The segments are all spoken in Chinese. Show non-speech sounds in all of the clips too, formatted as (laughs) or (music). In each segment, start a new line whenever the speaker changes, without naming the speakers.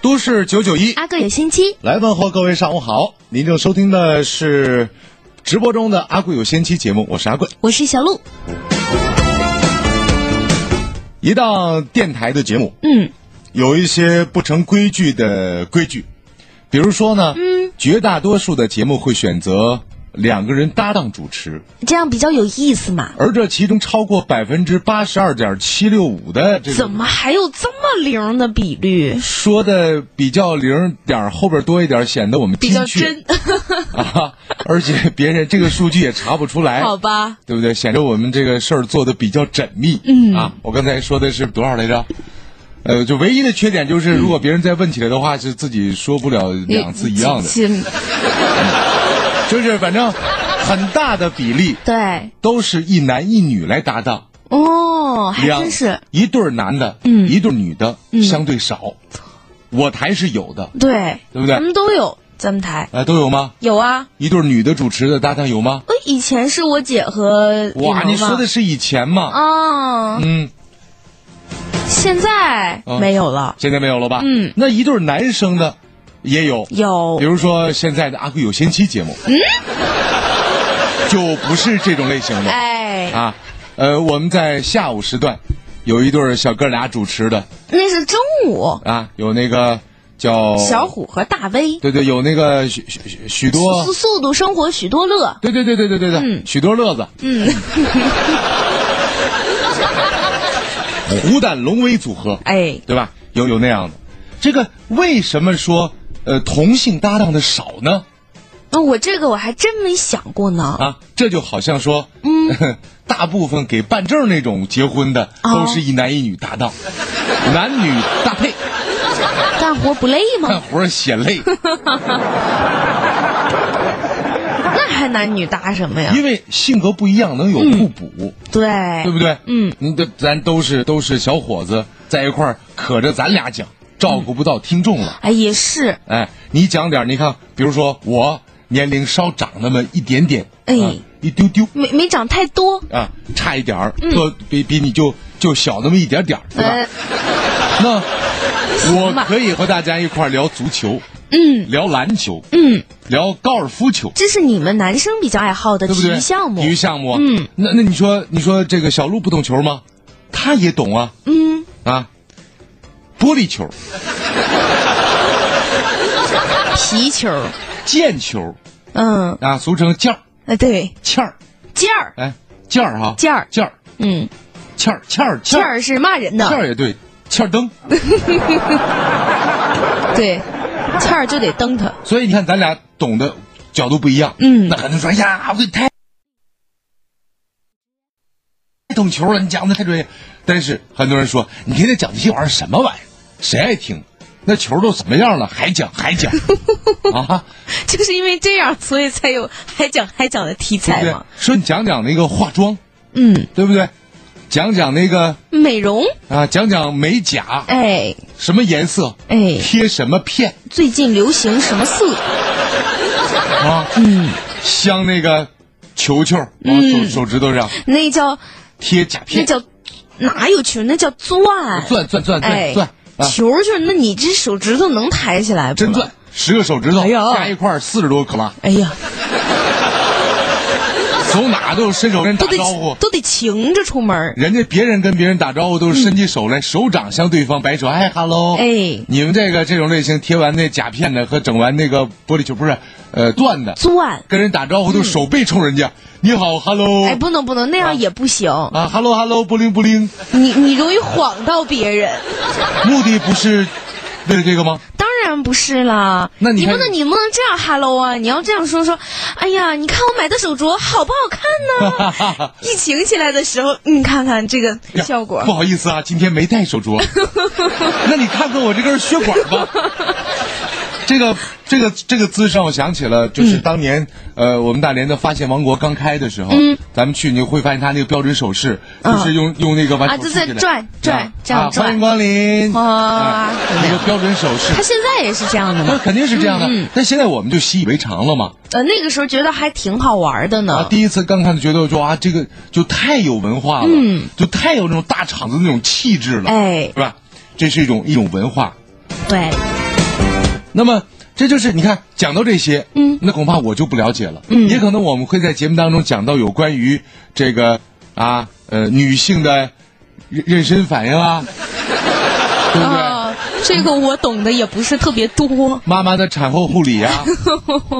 都市九九一
阿哥有仙妻，
来问候各位上午好，您正收听的是直播中的《阿贵有仙妻》节目，我是阿贵，
我是小鹿。
一档电台的节目
嗯
有一些不成规矩的规矩，比如说呢，
嗯，
绝大多数的节目会选择两个人搭档主持，
这样比较有意思嘛？
而这其中超过百分之八十二点七六五的这
怎
个
么还有这么零的比率？
说的比较零点儿后边多一点儿，显得我们
比较
精确
真，
啊， (laughs) 而且别人这个数据也查不出来，
好吧？
对不对？显得我们这个事儿做的比较缜密。嗯啊，我刚才说的是多少来着？呃，就唯一的缺点就是，如果别人再问起来的话，是自己说不了两次一样的，
亲
就是反正很大的比例
(laughs) 对
都是一男一女来搭档，
哦，还
两
真是
一对儿男的，
嗯
一对儿女的，相对少。我台是有的，
对，
对不对
咱们都有，咱们台
呃，都有吗？
有啊。
一对儿女的主持的搭档有吗？
呃，以前是我姐和李
哇，
萌
你说
嘛
的是以前嘛？
啊，
嗯，
现在
嗯
没有了。
现在没有了吧？
嗯，
那一对儿男生的也有，
有
比如说现在的《阿贵有仙妻》节目，嗯，就不是这种类型的
哎，
啊。呃，我们在下午时段有一对儿小哥俩主持的
那是中午，
啊，有那个叫
小，虎和大威，
对对，有那个许许许许多
速，速度生活许多乐，
对对对对对对对，许多乐子，嗯， (laughs) 虎胆龙威组合，
哎，
对吧？有有那样的，这个为什么说呃同性搭档的少呢？
那我这个我还真没想过呢。
啊，这就好像说，嗯， (laughs) 大部分给办证那种结婚的
哦
都是一男一女搭档，男女搭配，
干活不累
干
吗？
(laughs) 活儿显累，
那还男女搭什么呀？
因为性格不一样能有互补，
对，
对不对？
嗯，
你这咱都是都是小伙子，在一块儿可着咱俩讲，照顾不到听众了。
哎，也是，
哎，你讲点儿，你看，比如说我年龄稍长那么一点点，
哎
啊一丢丢
没没长太多。
啊，差一点儿，特
嗯
比比你就就小那么一点点儿，对吧？
呃， (laughs)
那
吧
我可以和大家一块儿聊足球，
嗯，
聊篮球，
嗯，
聊高尔夫球，
这是你们男生比较爱好的
对不
体
对？
育项目
体。育项目，啊
嗯，
那那你说，你说这个小鹿不懂球吗？他也懂啊
嗯，
啊，玻璃球、
皮球，
毽球
嗯，
啊，俗称毽儿、
呃，对，
毽儿，
毽儿，
哎，毽儿哈，
毽儿
毽儿，
嗯，
毽儿，毽儿，
毽
毽儿，
儿是骂人
毽
的，
儿也对，毽儿蹬。
对，毽儿就得蹬他。
所以你看，咱俩懂的角度不一样。
嗯
那可能说，哎呀，我太太懂球了，你讲的太专业。但是很多人说，你给他讲这些玩意儿什么玩意儿，谁爱听？那球都什么样了，还讲还
(laughs)
讲啊？
就是因为这样，所以才有还讲还讲的题
对不
材
对
嘛。？
说你讲讲那个化妆，
嗯，
对不对？讲讲那个
美容，
啊，讲讲美甲
哎
什么颜色，
哎，
贴什么片
最近流行什么色？
啊？嗯，像那个球球往手、
嗯
手指头上
那叫
贴甲
那
片，
叫哪有球？那叫钻。
(laughs) 钻钻钻
哎，
钻钻啊，
球球，那你这手指头能抬起来不？
真钻，！十个手指头
哎呀
加一块儿四十多克拉，
哎呀，
走哪都是伸手跟人
都
打
得
招呼。嗯
都得擎着出门儿。
人家别人跟别人打招呼都是伸起手来，手掌向对方摆手，哎哈喽。
哎
你们这个这种类型，贴完那甲片的和整完那个玻璃球，不是呃钻的，
钻，
跟人打招呼都手背冲人家，你好哈喽。
嗯哎，不能不能，那样也不行。
啊哈喽哈喽，不灵不灵，
你你容易晃到别人。
目的不是为了这个吗？
当然不是啦，
那你
你
看
不能你不能这样 hello 啊！你要这样说说，哎呀，你看我买的手镯好不好看
(laughs)
呢？疫情起来的时候，你看看这个
呀
(laughs) 效果
不。好意思啊，今天没带手
(laughs)
镯。那你看看我这根血管吧。这个这个这个姿势让我想起了，
嗯
就是当年、呃，我们大连的发现王国刚开的时候，
嗯
咱们去你会发现他那个标准手势，就是用、用那个把
啊
手
就
竖
在
起来
转转这样
啊
转
欢迎光临
哇
啊，那个标准手势
他，嗯现在也是这样的
那
吗？
肯定是这样的。啊但现在我们就习以为常了嘛。
呃，那个时候觉得还挺好玩的
啊，
呢。
第一次刚看就觉得说啊，这个就太有文化了，嗯，就太有那种大厂子那种气质了，
哎
是吧？这是一种一种文化。
对，
那么这就是你看讲到这些，嗯，那恐怕我就不了解了，嗯，也可能我们会在节目当中讲到有关于这个啊呃女性的妊妊娠反应 (laughs) 啊，对不对？
啊，这个我懂的也不是特别多，
妈妈的产后护理 (laughs) 啊，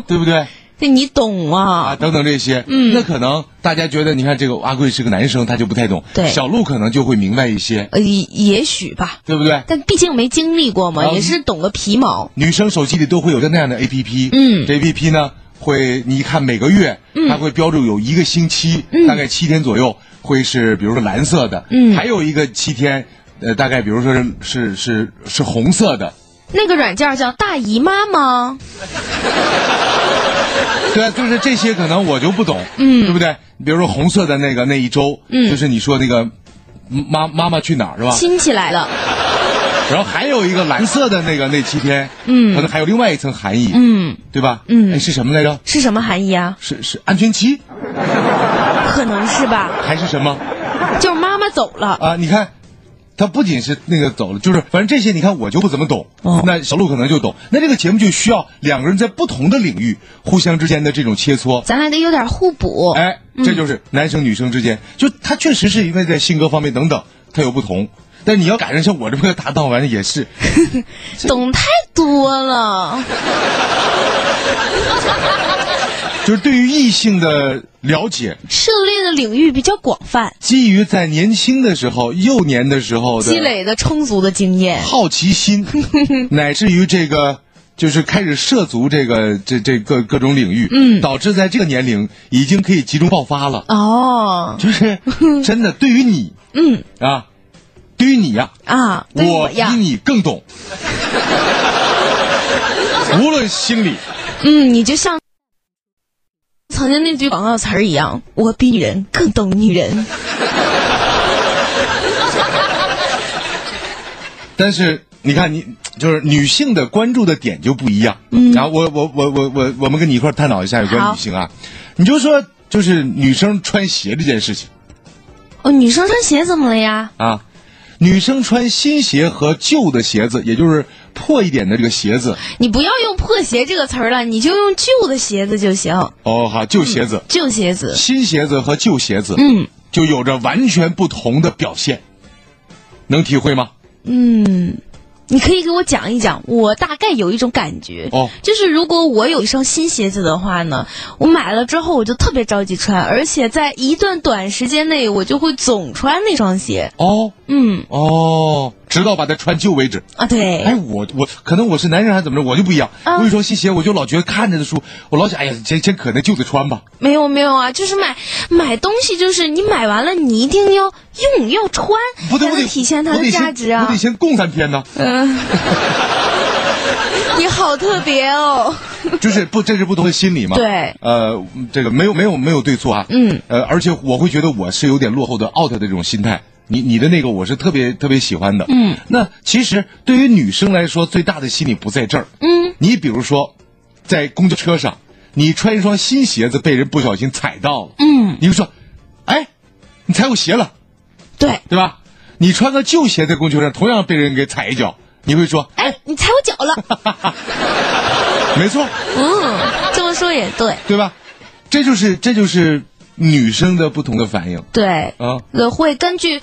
对不对？
这你懂
啊，
啊？
等等这些，嗯，那可能大家觉得，你看这个阿贵是个男生，他就不太懂，
对
小鹿可能就会明白一些，
呃，也也许吧，
对不对？
但毕竟没经历过嘛，
嗯
也是懂个皮毛。
女生手机里都会有个那样的 A P P，
嗯
这 A P P 呢会你一看每个月，它会标注有一个星期，大概七天左右会是比如说蓝色的，嗯，还有一个七天，呃，大概比如说是是是是红色的，
那个软件叫大姨妈吗？
对啊，就是这些可能我就不懂，嗯，对不对？比如说红色的那个那一周，嗯，就是你说那个妈妈妈去哪儿是吧？
亲戚来了，
然后还有一个蓝色的那个那七天，嗯，可能还有另外一层含义，
嗯，
对吧？
嗯
哎是什么来着？
是什么含义啊？
是是安全期
可能是吧，
还是什么
就是妈妈走了，
啊？你看，它不仅是那个走了，就是反正这些你看我就不怎么懂，
哦
那小鹿可能就懂。那这个节目就需要两个人在不同的领域互相之间的这种切磋，
咱俩得有点互补。
哎，
嗯
这就是男生女生之间，就他确实是因为在性格方面等等，他有不同。但你要赶上像我这么个搭档，反正也是，
懂太多了，
就是对于异性的了解，
涉猎的领域比较广泛，
基于在年轻的时候、幼年的时候的
积累的充足的经验。
好奇 (laughs) 心，乃至于这个就是开始涉足这个这这各各种领域，嗯，导致在这个年龄已经可以集中爆发了，
哦
就是 (laughs) 真的对于你，嗯啊，对于你呀、
啊，对
我
呀
比，你更 (laughs) 懂，无论心理，
嗯，你就像曾经那句广告词儿一样，我比女人更懂女人。
但是你看你。就是女性的关注的点就不一样，嗯，然后我我我我我我们跟你一块儿探讨一下有关
好
女性啊，你就说就是女生穿鞋这件事情，
(laughs) 哦，女生穿鞋怎么了呀？
啊，女生穿新鞋和旧的鞋子，也就是破一点的这个鞋子。
你不要用破鞋这个词儿了，你就用旧的鞋子就行，
哦，好，旧鞋子、
旧鞋子。
新鞋子和旧鞋子，
嗯，
就有着完全不同的表现，能体会吗？
你可以给我讲一讲，我大概有一种感觉，
哦
就是如果我有一双新鞋子的话呢，我买了之后我就特别着急穿，而且在一段短时间内我就会总穿那双鞋。
哦
嗯
哦，直到把它穿旧为止。
啊，对，
哎，我我可能我是男人还是怎么着，我就不一样。
啊
我一双新鞋，我就老觉得看着的舒服，我老想，哎呀，先先可那旧的穿吧。
没有没有啊，就是买买东西，就是你买完了，你一定要用要穿，
不对，
才
我得
能体现它
我得
的
先
价值
我
啊嗯
得！先供三天呢。
你好特别哦，
就是不，这是不同的心理嘛。
对
呃，这个没有没有没有对错啊。
嗯。
呃，而且我会觉得我是有点落后的 out 的这种心态。你你的那个我是特别特别喜欢的。嗯。那其实对于女生来说，最大的心理不在这儿。嗯。你比如说，在公交车上，你穿一双新鞋子被人不小心踩到了。嗯。你就说，哎，你踩我鞋了，
对，
对吧？你穿个旧鞋在公交车上，同样被人给踩一脚，你会说，
哎，你踩我脚了，
没错。
嗯，这么说也对，
对吧？这就是这就是女生的不同的反应
对，
啊。
呃，会根据。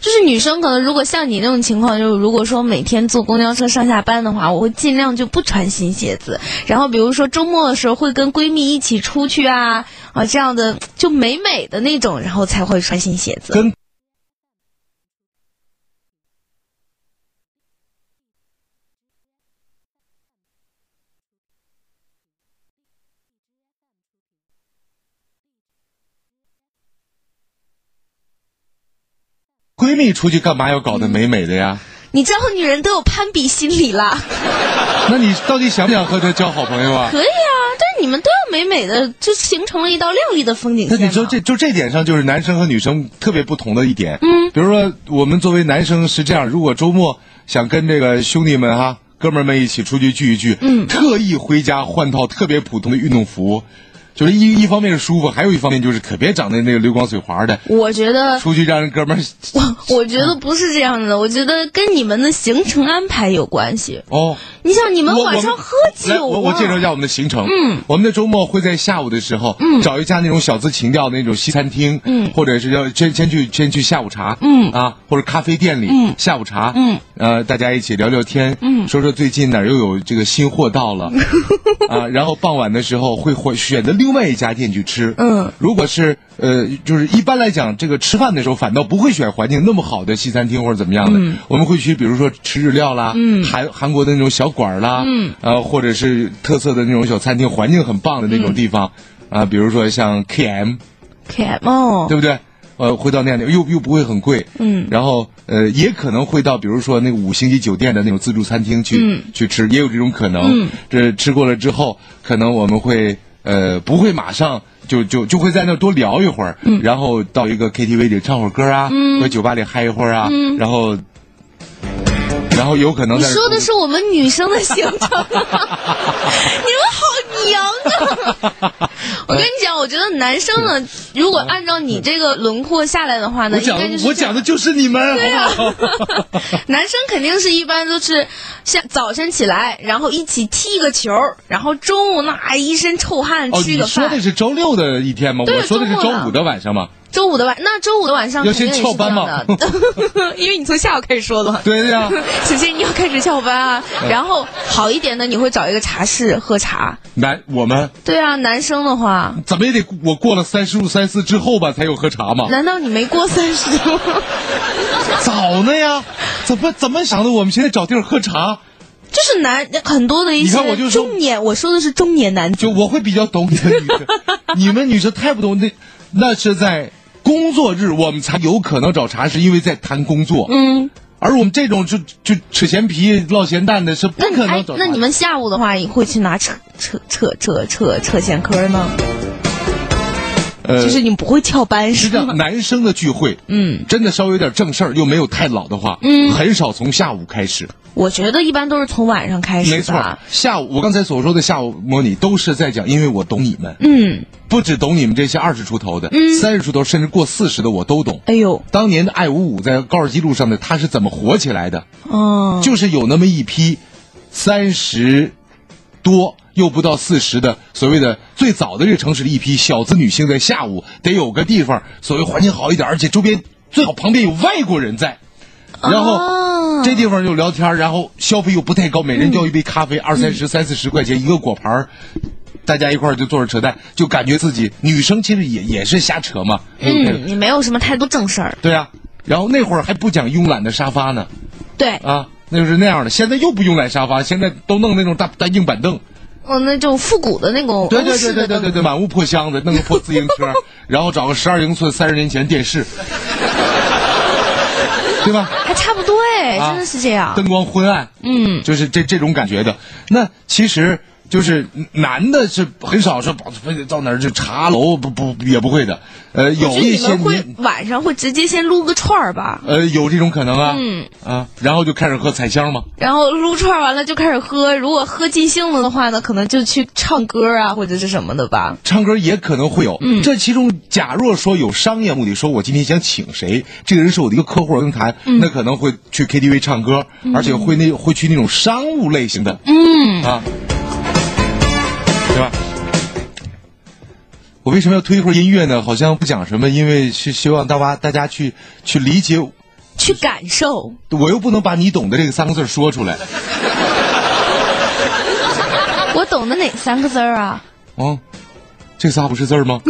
就是女生可能如果像你那种情况，就是如果说每天坐公交车上下班的话，我会尽量就不穿新鞋子。然后比如说周末的时候会跟闺蜜一起出去啊啊这样的就美美的那种，然后才会穿新鞋子。
跟闺蜜出去干嘛要搞得美美的呀？
你知道女人都有攀比心理啦，
那你到底想不想和她交好朋友啊？
可以啊，但是你们都要美美的，就形成了一道亮丽的风景
那
线嘛。
你说这就这点上，就是男生和女生特别不同的一点。嗯，比如说我们作为男生是这样，如果周末想跟这个兄弟们哈、哥们儿们一起出去聚一聚，嗯，特意回家换套特别普通的运动服，就是一一方面是舒服，还有一方面就是可别长得那个流光水滑的，
我觉得，
出去让人哥们儿 (laughs)
我我觉得不是这样的，我觉得跟你们的行程安排有关系。
哦。
你想，你们
我
晚上喝酒
来
啊？
我我介绍一下我们的行程。嗯，我们的周末会在下午的时候，嗯，找一家那种小资情调的那种西餐厅，嗯，或者是要先先去先去下午茶，嗯啊，或者咖啡店里，嗯，下午茶，嗯，呃，大家一起聊聊天，嗯，说说最近哪儿又有这个新货到
(laughs)
了，啊，然后傍晚的时候会会选择另外一家店去吃，
嗯，
如果是呃，就是一般来讲，这个吃饭的时候反倒不会选环境那么好的西餐厅或者怎么样的，我们会去比如说吃日料啦，嗯，韩韩国的那种小馆儿啦，嗯，呃，或者是特色的那种小餐厅，环境很棒的那种地方，啊、比如说像 KM，
KM 哦
对，不对？呃，会到那样的又又不会很贵，
嗯，
然后呃，也可能会到比如说那个五星级酒店的那种自助餐厅去、
嗯
去吃，也有这种可能。嗯，这吃过了之后，可能我们会呃不会马上就就就会在那儿多聊一会儿，嗯，然后到一个 KTV 里唱会儿歌啊，嗯，和酒吧里嗨一会儿啊，嗯，然后然后有可能
你
在
说的是我们女生的行程
(laughs)
啊，你们好娘啊！我跟你讲，我觉得男生呢，如果按照你这个轮廓下来的话呢，
我
应
讲
该就
的
是啊
我讲的就是你们，好不好？
(laughs) 男生肯定是一般都是像早晨起来，然后一起踢个球，然后中午那哎一身臭汗 (laughs)
哦，
吃
你
个
说
饭。
的是周六的一天吗？
对啊
我说的是
周末的
周五的晚上吗？
周五的晚，那周五的晚上
要先
肯定也是
翘
这
班
样
吗
的， (laughs) 因为你从下午开始说了。
对的
(laughs)
呀、
首先你要开始翘班啊，
嗯
然后好一点的你会找一个茶室喝茶。
来我们。
对啊，男生的话，
怎么也得我过了三十五、三四之后吧，才有喝茶嘛。
难道你没过三
(laughs)
十吗？
早呢呀，怎么怎么想的？我们现在找地儿喝茶，
就是男很多的一
你看我就
些
说
中年，我说的是中年男子，
就我会比较懂你的女
(laughs)
生，你们女生太不懂那，那是在工作日我们才有可能找茶，是因为在谈工作。
嗯，
而我们这种就就扯闲皮、落闲蛋的，是不
那你
可能
哎
找，茶。
那你们下午的话，你会去拿扯扯扯扯扯扯闲嗑吗？
呃
就是你们不会翘班
是
是
这
吗
样，？男生的聚会，
嗯，
真的稍微有点正事儿，又没有太老的话，
嗯
很少从下午开始。
我觉得一般都是从晚上开始
没错
吧，
下午我刚才所说的下午模拟都是在讲，因为我懂你们，
嗯，
不只懂你们这些二十出头的，三十出头甚至过四十的我都懂。
哎呦，
当年的爱五五在高尔基路上的他是怎么火起来的？
嗯，
就是有那么一批三十多又不到四十的所谓的最早的这个城市的一批小资女性，在下午得有个地方，所谓环境好一点，而且周边最好旁边有外国人在，然后。
哦
这地方就聊天，然后消费又不太高，每人要一杯咖
嗯
啡，二三十、三四十块钱一个果盘儿大家一块儿就坐着扯淡，就感觉自己女生其实也也是瞎扯嘛，对不对？
嗯，你没有什么太多正事儿，
对啊，然后那会儿还不讲慵懒的沙发呢，
对，
啊，那就是那样的。现在又不慵懒沙发，现在都弄那种大大硬板凳，
哦，那种复古的那种
对
欧
对
式
对对
哦的
对
那
对
种，
对，满屋破箱子，弄个破自行车，然后找个十二英寸三十年前电视，对吧？
还差不多哎，
啊
真的是这样，
灯光昏暗，
嗯，
就是这这种感觉的。那其实就是男的是很少说跑非得到哪儿去茶楼，不不也不会的。呃，有
就
一
你
些
们会
你
晚上会直接先撸个串儿吧，
呃有这种可能啊，嗯啊，然后就开始喝彩香嘛。
然后撸串儿完了就开始喝，如果喝尽兴了的话呢，可能就去唱歌啊或者是什么的吧。
唱歌也可能会有，
嗯
这其中假若说有商业目的，说我今天想请谁，这个人是我的一个客户，我跟他谈，
嗯
那可能会去 KTV 唱歌，而且会那会去那种商务类型的，嗯啊，对吧？我为什么要推一会儿音乐呢？好像不讲什么，因为是希望大家大家去去理解，
去感受，
我又不能把你懂的这个三个字儿说
(laughs)
出来，
我懂得哪三个字儿啊？
啊，这仨不是字儿
(laughs)
吗？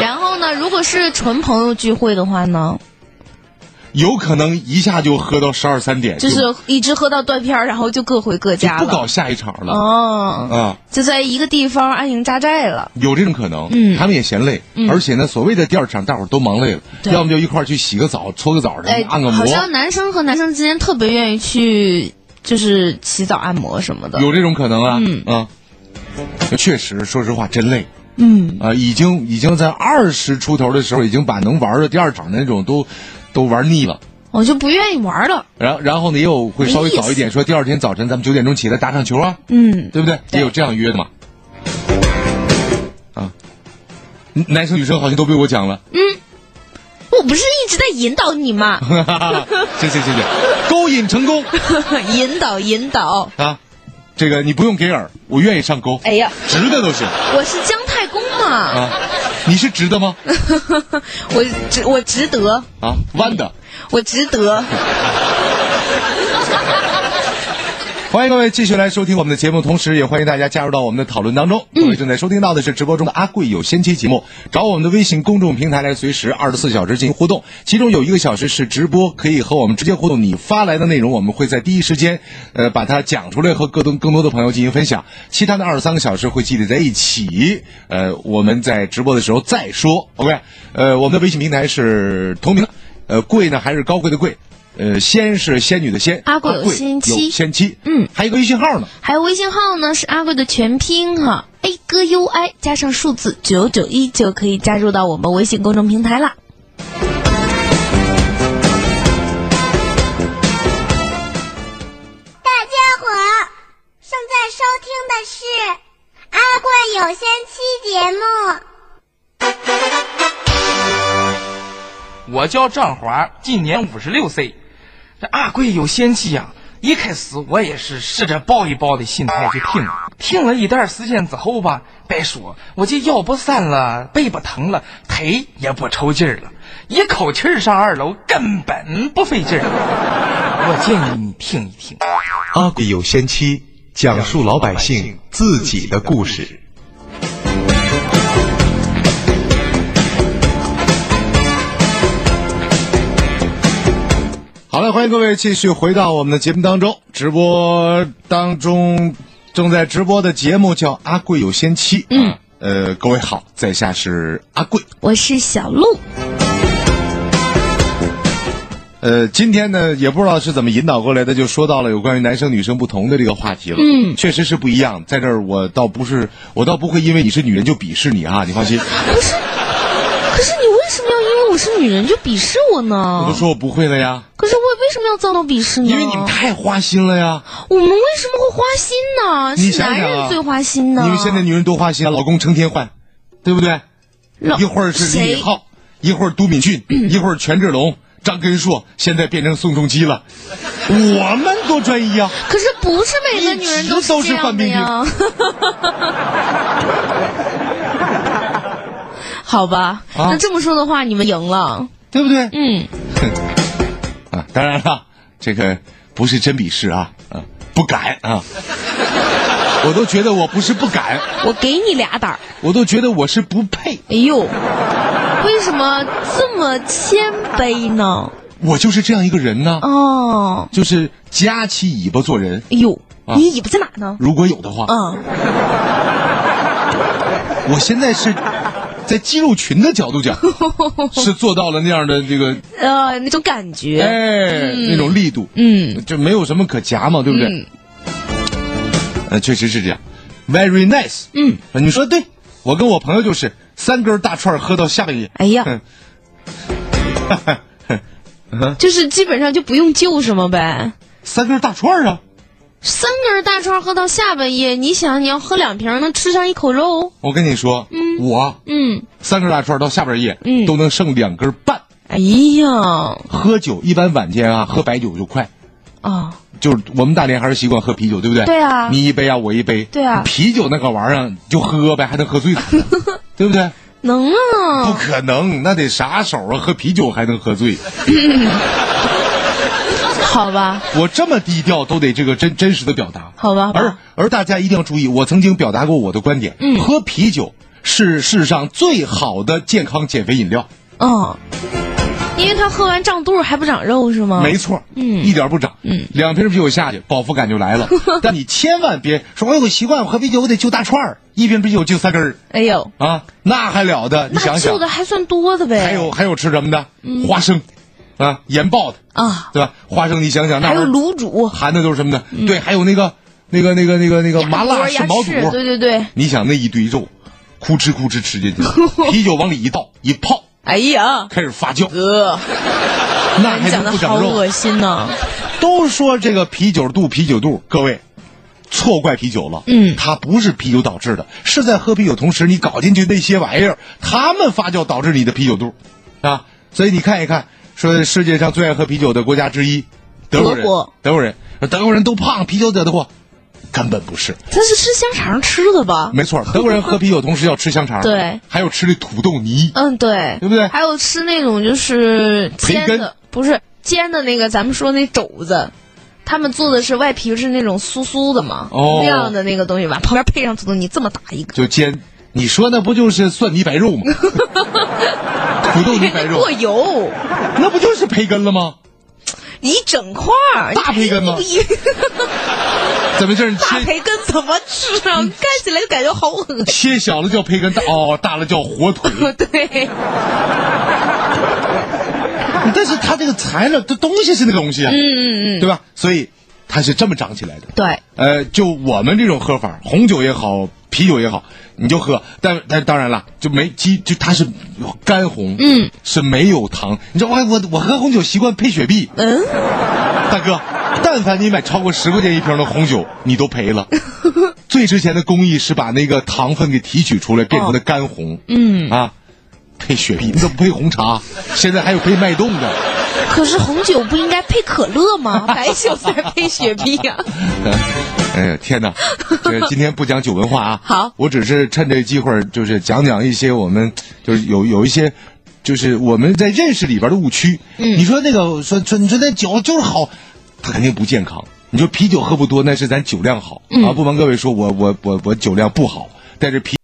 然后呢，如果是纯朋友聚会的话呢，
有可能一下就喝到十二三点，
就是一直喝到断片儿，然后就各回各
就
家
不
了。
搞下一场了。
哦，
啊，
就在一个地方安营扎寨了。
有这种可能，嗯，他们也嫌累，而且呢，所谓的第二场，大伙儿都忙累了，
对
要么就一块儿去洗个澡、搓个澡的，
哎，
按个摩
好，像男生和男生之间特别愿意去，就是洗澡、按摩什么的。
有这种可能啊，嗯啊，确实，说实话，真累。
嗯，
啊，已经已经在二十出头的时候，已经把能玩的第二场的那种都都玩腻了。
我就不愿意玩了。
然后然后呢，也有会稍微
没意思
早一点说，第二天早晨咱们九点钟起来打场球啊，
嗯，
对不对？
对
也有这样约的嘛。啊男生女生好像都被我讲了。 (laughs)
我不是一直在引导你吗？ (laughs)
谢谢谢谢，勾引成功
引导引导。
啊！这个你不用给饵，我愿意上钩，
哎呀，
直的都是
我是姜太公嘛， (laughs)
啊。你是直的吗？
我值我值得，
啊，弯的。
我值得。
欢迎各位继续来收听我们的节目，同时也欢迎大家加入到我们的讨论当中。各位正在收听到的是直播中的《阿贵有仙妻》节目，找我们的微信公众平台来随时二十四小时进行互动，其中有一个小时是直播，可以和我们直接互动。你发来的内容，我们会在第一时间，呃，把它讲出来和更多更多的朋友进行分享。其他的二十三个小时会积累在一起，呃，我们在直播的时候再说。OK，呃，我们的微信平台是同名，呃，贵呢还是高贵的贵。呃，仙是仙女的仙，
阿贵有仙妻
有仙妻，
嗯，
还有一个微信号呢，
还有微信号呢是阿贵的全拼哈，A 哥 U I 加上数字九九一就可以加入到我们微信公众平台啦。
大家好，正在收听的是《阿贵有仙妻》节目。
我叫张华，今年五十六岁。这阿贵有仙气呀、一开始我也是试着抱一抱的心态去听，听了一段时间之后吧，别说我这腰不酸了，背不疼了，腿也不抽筋儿了，一口气儿上二楼根本不费劲儿。 (laughs) 我建议你听一听。
阿贵有仙妻讲述老百姓自己的故事。
好了，欢迎各位继续回到我们的节目当中。直播当中正在直播的节目叫《阿贵有仙妻》。嗯，呃，各位好，在下是阿贵。
我是小鹿，
呃，今天呢，也不知道是怎么引导过来的，就说到了有关于男生女生不同的这个话题了。嗯，确实是不一样。在这儿，我倒不是，我倒不会因为你是女人就鄙视你啊，你放心。
不是，可是你为什么要因为我是女人就鄙视我
我都
呢？
说我不会了呀，
可是我为什么要遭到鄙视呢？
因为你们太花心了呀。
我们为什么会花心呢？
你
是
想
男
想啊
人最花心呢。
因为现在女人多花心，老公成天换，对不对？
老
一会儿是李
谁
敏镐，一会儿都敏俊，一会儿权志龙、张根硕，现在变成宋仲基了。我们多专一啊！
可是不是每个女人
一直都
是这
是范
样的
冰冰
呀。 (laughs) 好吧，
啊
那这么说的话，你们赢了。
对不对？
嗯，
(laughs) 啊，当然了，这个不是真鄙视啊，啊，不敢啊。我都觉得我不是不敢，
我给你俩胆儿。
我都觉得我是不配，
哎呦，为什么这么谦卑呢？
我就是这样一个人呢，
哦，
就是夹起尾巴做人。
哎呦，
啊
你尾巴在哪呢？
如果有的话，
嗯，
我现在是在肌肉群的角度
(laughs)
讲，是做到了那样的这个
呃，那种感觉，
哎，那种力度，
嗯，
就没有什么可夹嘛，对不对？
嗯
呃，确实是这样，very nice。
嗯，
你说对，我跟我朋友就是三根大串儿喝到下半夜。
哎呀，
嗯 (laughs)
就是基本上就不用救什么呗。
三根大串儿啊！
三根大串喝到下半夜，你想你要喝两瓶能吃上一口肉？
我跟你说，我
嗯，
三根大串儿到下半夜，
嗯
都能剩两根半。
哎呀，
喝酒一般晚间啊，喝白酒就快。
啊，
就是我们大连还是习惯喝啤酒，对不对？
对啊
你一杯啊，我一杯。
对啊
啤酒那个玩意儿就喝呗，还能喝
(laughs)
醉呢，对不对？不
能 (laughs) 啊，
可能，那得啥手啊？喝啤酒还能喝醉？
好吧，
我这么低调都得这个真真实的表达。
好吧，好
而
吧，
而大家一定要注意，我曾经表达过我的观点，
嗯
喝啤酒是世上最好的健康减肥饮料，
嗯，因为他喝完胀肚还不长肉是吗？
没错，
嗯
一点不长，
嗯，
两瓶啤酒下去，饱腹感就
(laughs)
来了。但你千万别说，哎呦，我习惯我喝啤酒，我得就大串儿，一瓶啤酒就三根儿
哎呦，
啊，那还了得？你
那
想
救
想，
的还算多的呗。
还有还有吃什么的？花生，啊，盐爆的，
啊，
对吧？花生，你想想，那
还
玩意
有
儿
卤煮、
含的都是什么呢？
嗯
对，还有那个那个那个那个那个麻辣
鸭
是
脖
毛
儿
肚，
鸭翅对对对。
你想那一堆肉，哭哧哭哧吃
(laughs)
进去，啤酒往里一倒一泡，
哎呀，
开始发
(laughs)
酵，
呃，
那还
你讲
能
的
不
好
长肉？
恶心呢、
都说这个啤酒肚，啤酒肚，各位，错怪啤酒了。
嗯
它不是啤酒导致的，是在喝啤酒同时你搞进去那些玩意儿，它们发酵导致你的啤酒肚，啊，所以你看一看，说世界上最爱喝啤酒的国家之一，德国人，
德国
德国人，说德国人都胖，啤酒惹的祸，根本不是，
他是吃香肠吃的吧？
没错，德国人喝啤酒同时要吃香肠，
对，
还有吃那土豆泥，
嗯，对，
对不对
还有吃那种就是煎
培根
的，不是煎的那个，咱们说那肘子。他们做的是外皮是那种酥酥的嘛，
哦
那样的那个东西吧， (laughs) 旁边配上土豆泥，这么大一个，
就煎。你说那不就是蒜泥白
(laughs)
肉吗？土豆泥白肉
过，油
那不就是培根了吗？
一整块儿，
大培根吗
你一
怎么就是你
大
切
培根怎么吃啊？
嗯
看起来就感觉好恶
(laughs)
心。
切小了叫培根，大哦大了叫火
(laughs)
腿。
对，
但是它这个材料，这东西是那个东西啊，
嗯嗯嗯，
对吧？所以它是这么长起来的。
对，
呃，就我们这种喝法，红酒也好，啤酒也好，你就喝。但但当然了，就没鸡，就它是干红，
嗯，
是没有糖。你知道，我我我喝红酒习惯配雪碧，
嗯，
大哥，但凡你买超过十块钱一瓶的红酒，你都赔
(laughs)
了。最值钱的工艺是把那个糖分给提取出来，变成
哦
了干红。嗯啊，配雪碧，你怎么配红茶？现在还有配脉动的。
可是红酒不应该配可
(laughs)
乐吗？白酒才配雪碧啊呀、
哎呀，天哪！这今天不讲酒文化啊。
好
我只是趁这机会儿，就是讲讲一些我们就是有有一些。就是我们在认识里边的误区，嗯、你说那个说说你说那酒就是好，它肯定不健康。你说啤酒喝不多，那是咱酒量好、啊。不瞒各位说，我我我我酒量不好，但是啤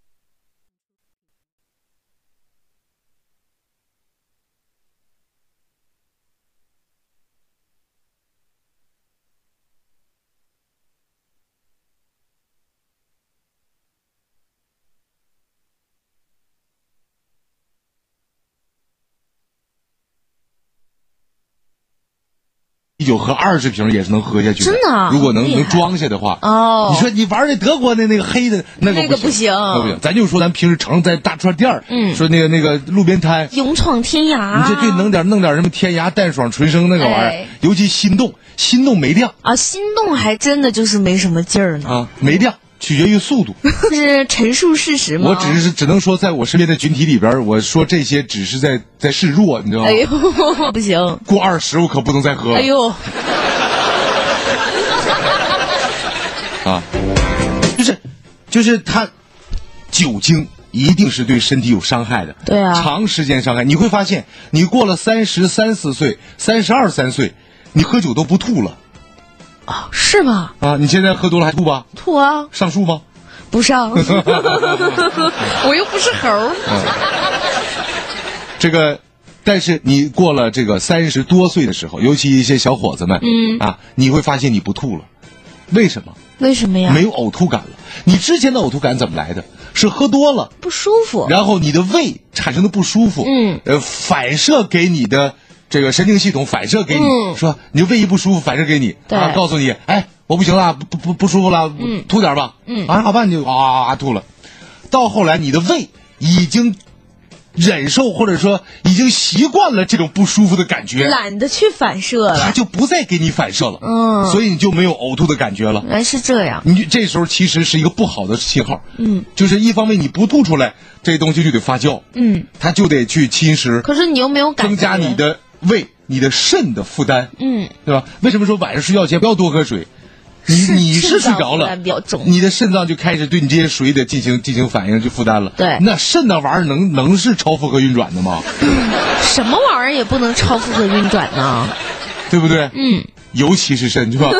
酒喝二十瓶也是能喝下去
真的啊
如果能
厉害
能装下的话，
哦
你说你玩那德国的那个黑的那个
那个不行
那不行。咱就说咱平时常在大串店儿，
嗯
说那个那个路边摊，
勇闯天涯，
你这对弄点弄点什么天涯、淡爽、纯生那个玩意儿，
哎
尤其心动，心动没量
啊，心动还真的就是没什么劲儿呢，
啊，没量取决于速度。
嗯是陈述事实吗？
我只是只能说，在我身边的群体里边儿，我说这些只是在在示弱，你知道吗？
哎呦，
哦
(laughs) 不行，
过二十我可不能再喝了、
哎呦，
啊！就是就是它，酒精一定是对身体有伤害的。
对啊
长时间伤害，你会发现，你过了三十三四岁、三十二三岁，你喝酒都不吐了
是吗？
啊！你现在喝多了还吐吧？
吐啊，
上树吗？ (laughs)
不上，我又不是猴儿，
这个，但是你过了这个三十多岁的时候，尤其一些小伙子们，嗯啊，你会发现你不吐了，为什么？
为什么呀？
没有呕吐感了。你之前的呕吐感怎么来的？是喝多了，
不舒服，
然后你的胃产生的不舒服，
嗯，
呃，反射给你的这个神经系统反射给你，
嗯
说你的胃一不舒服，反射给你，
对
啊，告诉你，哎，我不行了，不不不不舒服了，吐点吧，嗯，啊，好吧，你就啊啊啊吐了，到后来你的胃已经忍受或者说已经习惯了这种不舒服的感觉，
懒得去反射
它
了，
就不再给你反射了，
嗯
所以你就没有呕吐的感觉了。
原来是这样，
你这时候其实是一个不好的信号，嗯，就是一方面你不吐出来，这东西就得发酵，
嗯，
它就得去侵蚀，
可是你又没有感
增
觉，
加你的胃、你的肾的负担，
嗯，
对吧？为什么说晚上睡觉前不要多喝水？你你是睡着
肾脏负
了
担比较重，
你的肾脏就开始对你这些水得进行进行反应，就负担了。
对
那肾那玩意儿能能是超负荷运转的吗？
什么玩意儿也不能超负荷运转呢。
对不对？嗯，尤其是肾，是吧？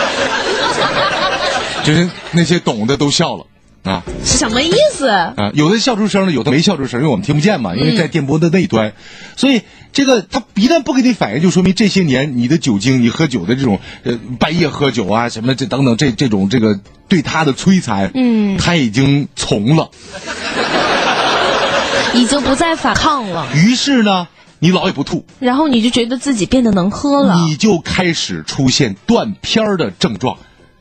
(laughs) 就是那些懂的都笑了啊。
什么意思？
啊，有的笑出声了，有的没笑出声，因为我们听不见嘛，因为
嗯
在电波的那一端，所以这个他一旦不给你反应，就说明这些年你的酒精，你喝酒的这种呃半夜喝酒啊什么这等等这这种这个对他的摧残，嗯，他已经从了，
已经不再反抗了，
于是呢，你老也不吐，
然后你就觉得自己变得能喝了。
你就开始出现断片儿的症状，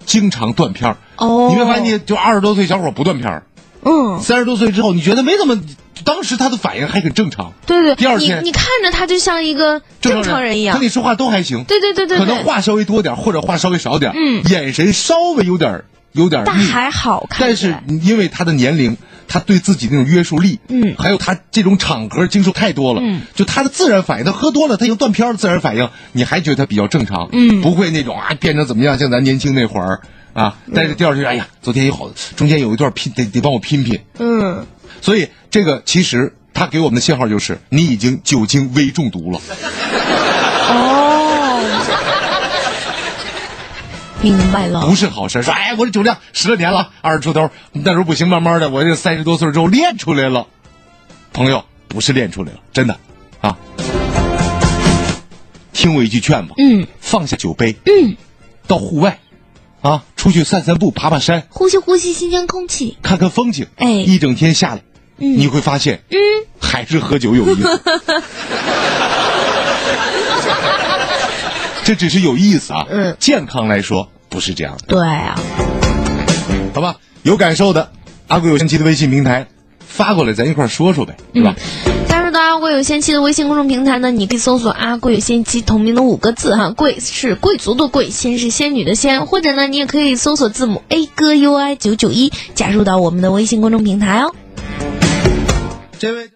经常断片儿。
哦
你会发现，就二十多岁小伙不断片儿，
嗯，
三十多岁之后，你觉得没怎么当时他的反应还很正常，
对对，
第二
你
天
你看着他就像一个正常人一样
跟，你说话都还行。
对对对对
可能
对，
话稍微多点儿，或者话稍微少点儿，
嗯
眼神稍微有点儿有点儿
但
腻
还好看。
但是因为他的年龄，他对自己那种约束力，
嗯
还有他这种场合经受太多了，
嗯，
就他的自然反应，他喝多了，他已经断片儿的自然反应，你还觉得他比较正常，
嗯
不会那种啊变成怎么样，像咱年轻那会儿啊，
嗯
但是第二天，哎呀，昨天有好，中间有一段拼得得帮我拼拼，
嗯，
所以这个其实他给我们的信号就是你已经酒精微中毒了，
哦，明白了
不。是好事。说哎，我这酒量十来年了，二十出头，那时候不行，慢慢的，我这三十多岁之后练出来了。朋友，不是练出来了，真的啊。听我一句劝吧，
嗯，
放下酒杯，嗯，到户外，啊，出去散散步，爬爬山，
呼吸呼吸新鲜空气，
看看风景，
哎
一整天下来，嗯、你会发现，嗯，还是喝酒有意思。这只是有意思啊，
嗯
健康来说不是这样的。
对啊，
好吧，有感受的，阿贵有神奇的微信平台发过来，咱一块儿说说呗，是吧？
加入到阿贵有仙妻的微信公众平台呢，你可以搜索“阿贵有仙妻”同名的五个字哈，贵是贵族的贵，仙是仙女的仙，或者呢，你也可以搜索字母 A 哥 U I 九九一，加入到我们的微信公众平台哦。
这位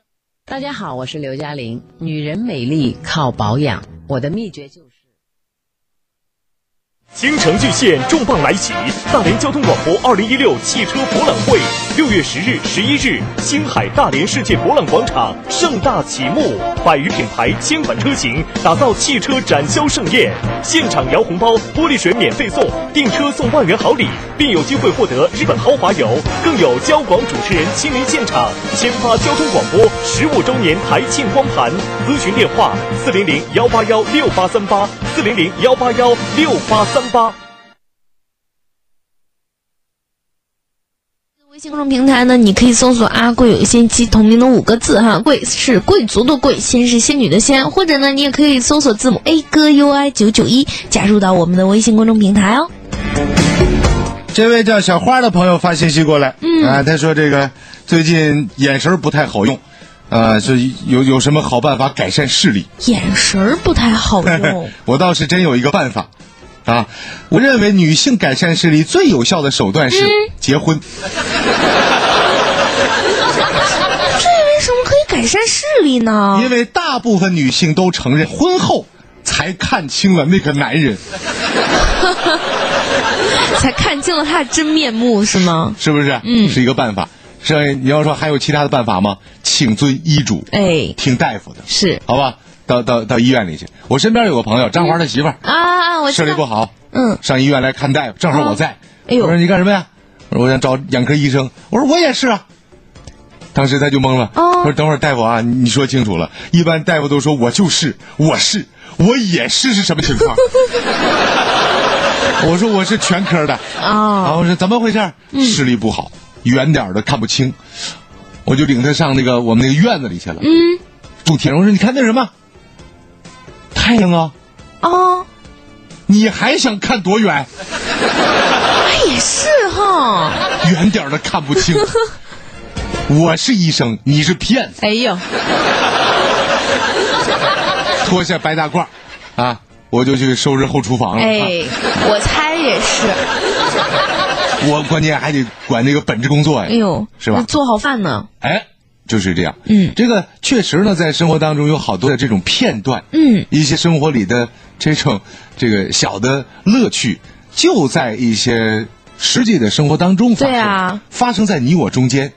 大家好，我是刘嘉玲。女人美丽靠保养，我的秘诀就是。
京城巨献重磅来袭！大连交通广播2016汽车博览会，六月十日、十一日，星海大连世界博览广场盛大启幕，百余品牌、千款车型，打造汽车展销盛宴。现场摇红包、玻璃水免费送，订车送万元好礼，并有机会获得日本豪华游，更有交广主持人亲临现场，签发交通广播十五周年台庆光盘。咨询电话：四零零幺八幺六八三八，四零零幺八幺六八三八。
微信公众平台呢，你可以搜索“阿贵有仙妻”同名的五个字哈，贵是贵族的贵，仙是仙女的仙，或者呢，你也可以搜索字母 A 哥 U I 九九一，加入到我们的微信公众平台哦。
这位叫小花的朋友发信息过来，嗯啊，他说这个最近眼神儿不太好用，啊，说有有什么好办法改善视力？，
眼神儿不太好用
(laughs) 我倒是真有一个办法，啊，我认为女性改善视力最有效的手段是结婚。
为什么可以改善视力呢？
因为大部分女性都承认婚后才看清了那个男人，
才看清了他的真面目是吗？
是不是？嗯，是一个办法。是啊你要说还有其他的办法吗？请遵医嘱，
哎，
听大夫的，
是
好吧？到到到医院里去。我身边有个朋友，张华的媳妇儿、
啊，我
视
知
力
道
不好，
嗯，
上医院来看大夫，正好我在。
哎呦
我说你干什么呀？我说我想找眼科医生。我说我也是啊。当时他就懵了，
哦
我说等会儿大夫啊，你说清楚了。一般大夫都说我就是，我是，我也是是什么情况？ (laughs) 我说我是全科的，然
啊，
后说怎么回事儿？
嗯
视力不好，远点儿的看不清。我就领他上那个我们那个院子里去了，
嗯，
种田。我说你看那什么，太阳啊，
哦，
你还想看多远？
哎也是
哦
哈，
远点儿的看不
(laughs)
清。我是医生，你是骗子。
哎呦，
脱下白大褂儿，啊，我就去收拾后厨房了。
哎，我猜也是，
啊我关键还得管那个本职工作呀。
哎呦，
是吧
那？做好饭呢，
哎，就是这样。
嗯
这个确实呢，在生活当中有好多的这种片段，
嗯，
一些生活里的这种这个小的乐趣，就在一些实际的生活当中发生，
对啊，
发生在你我中间，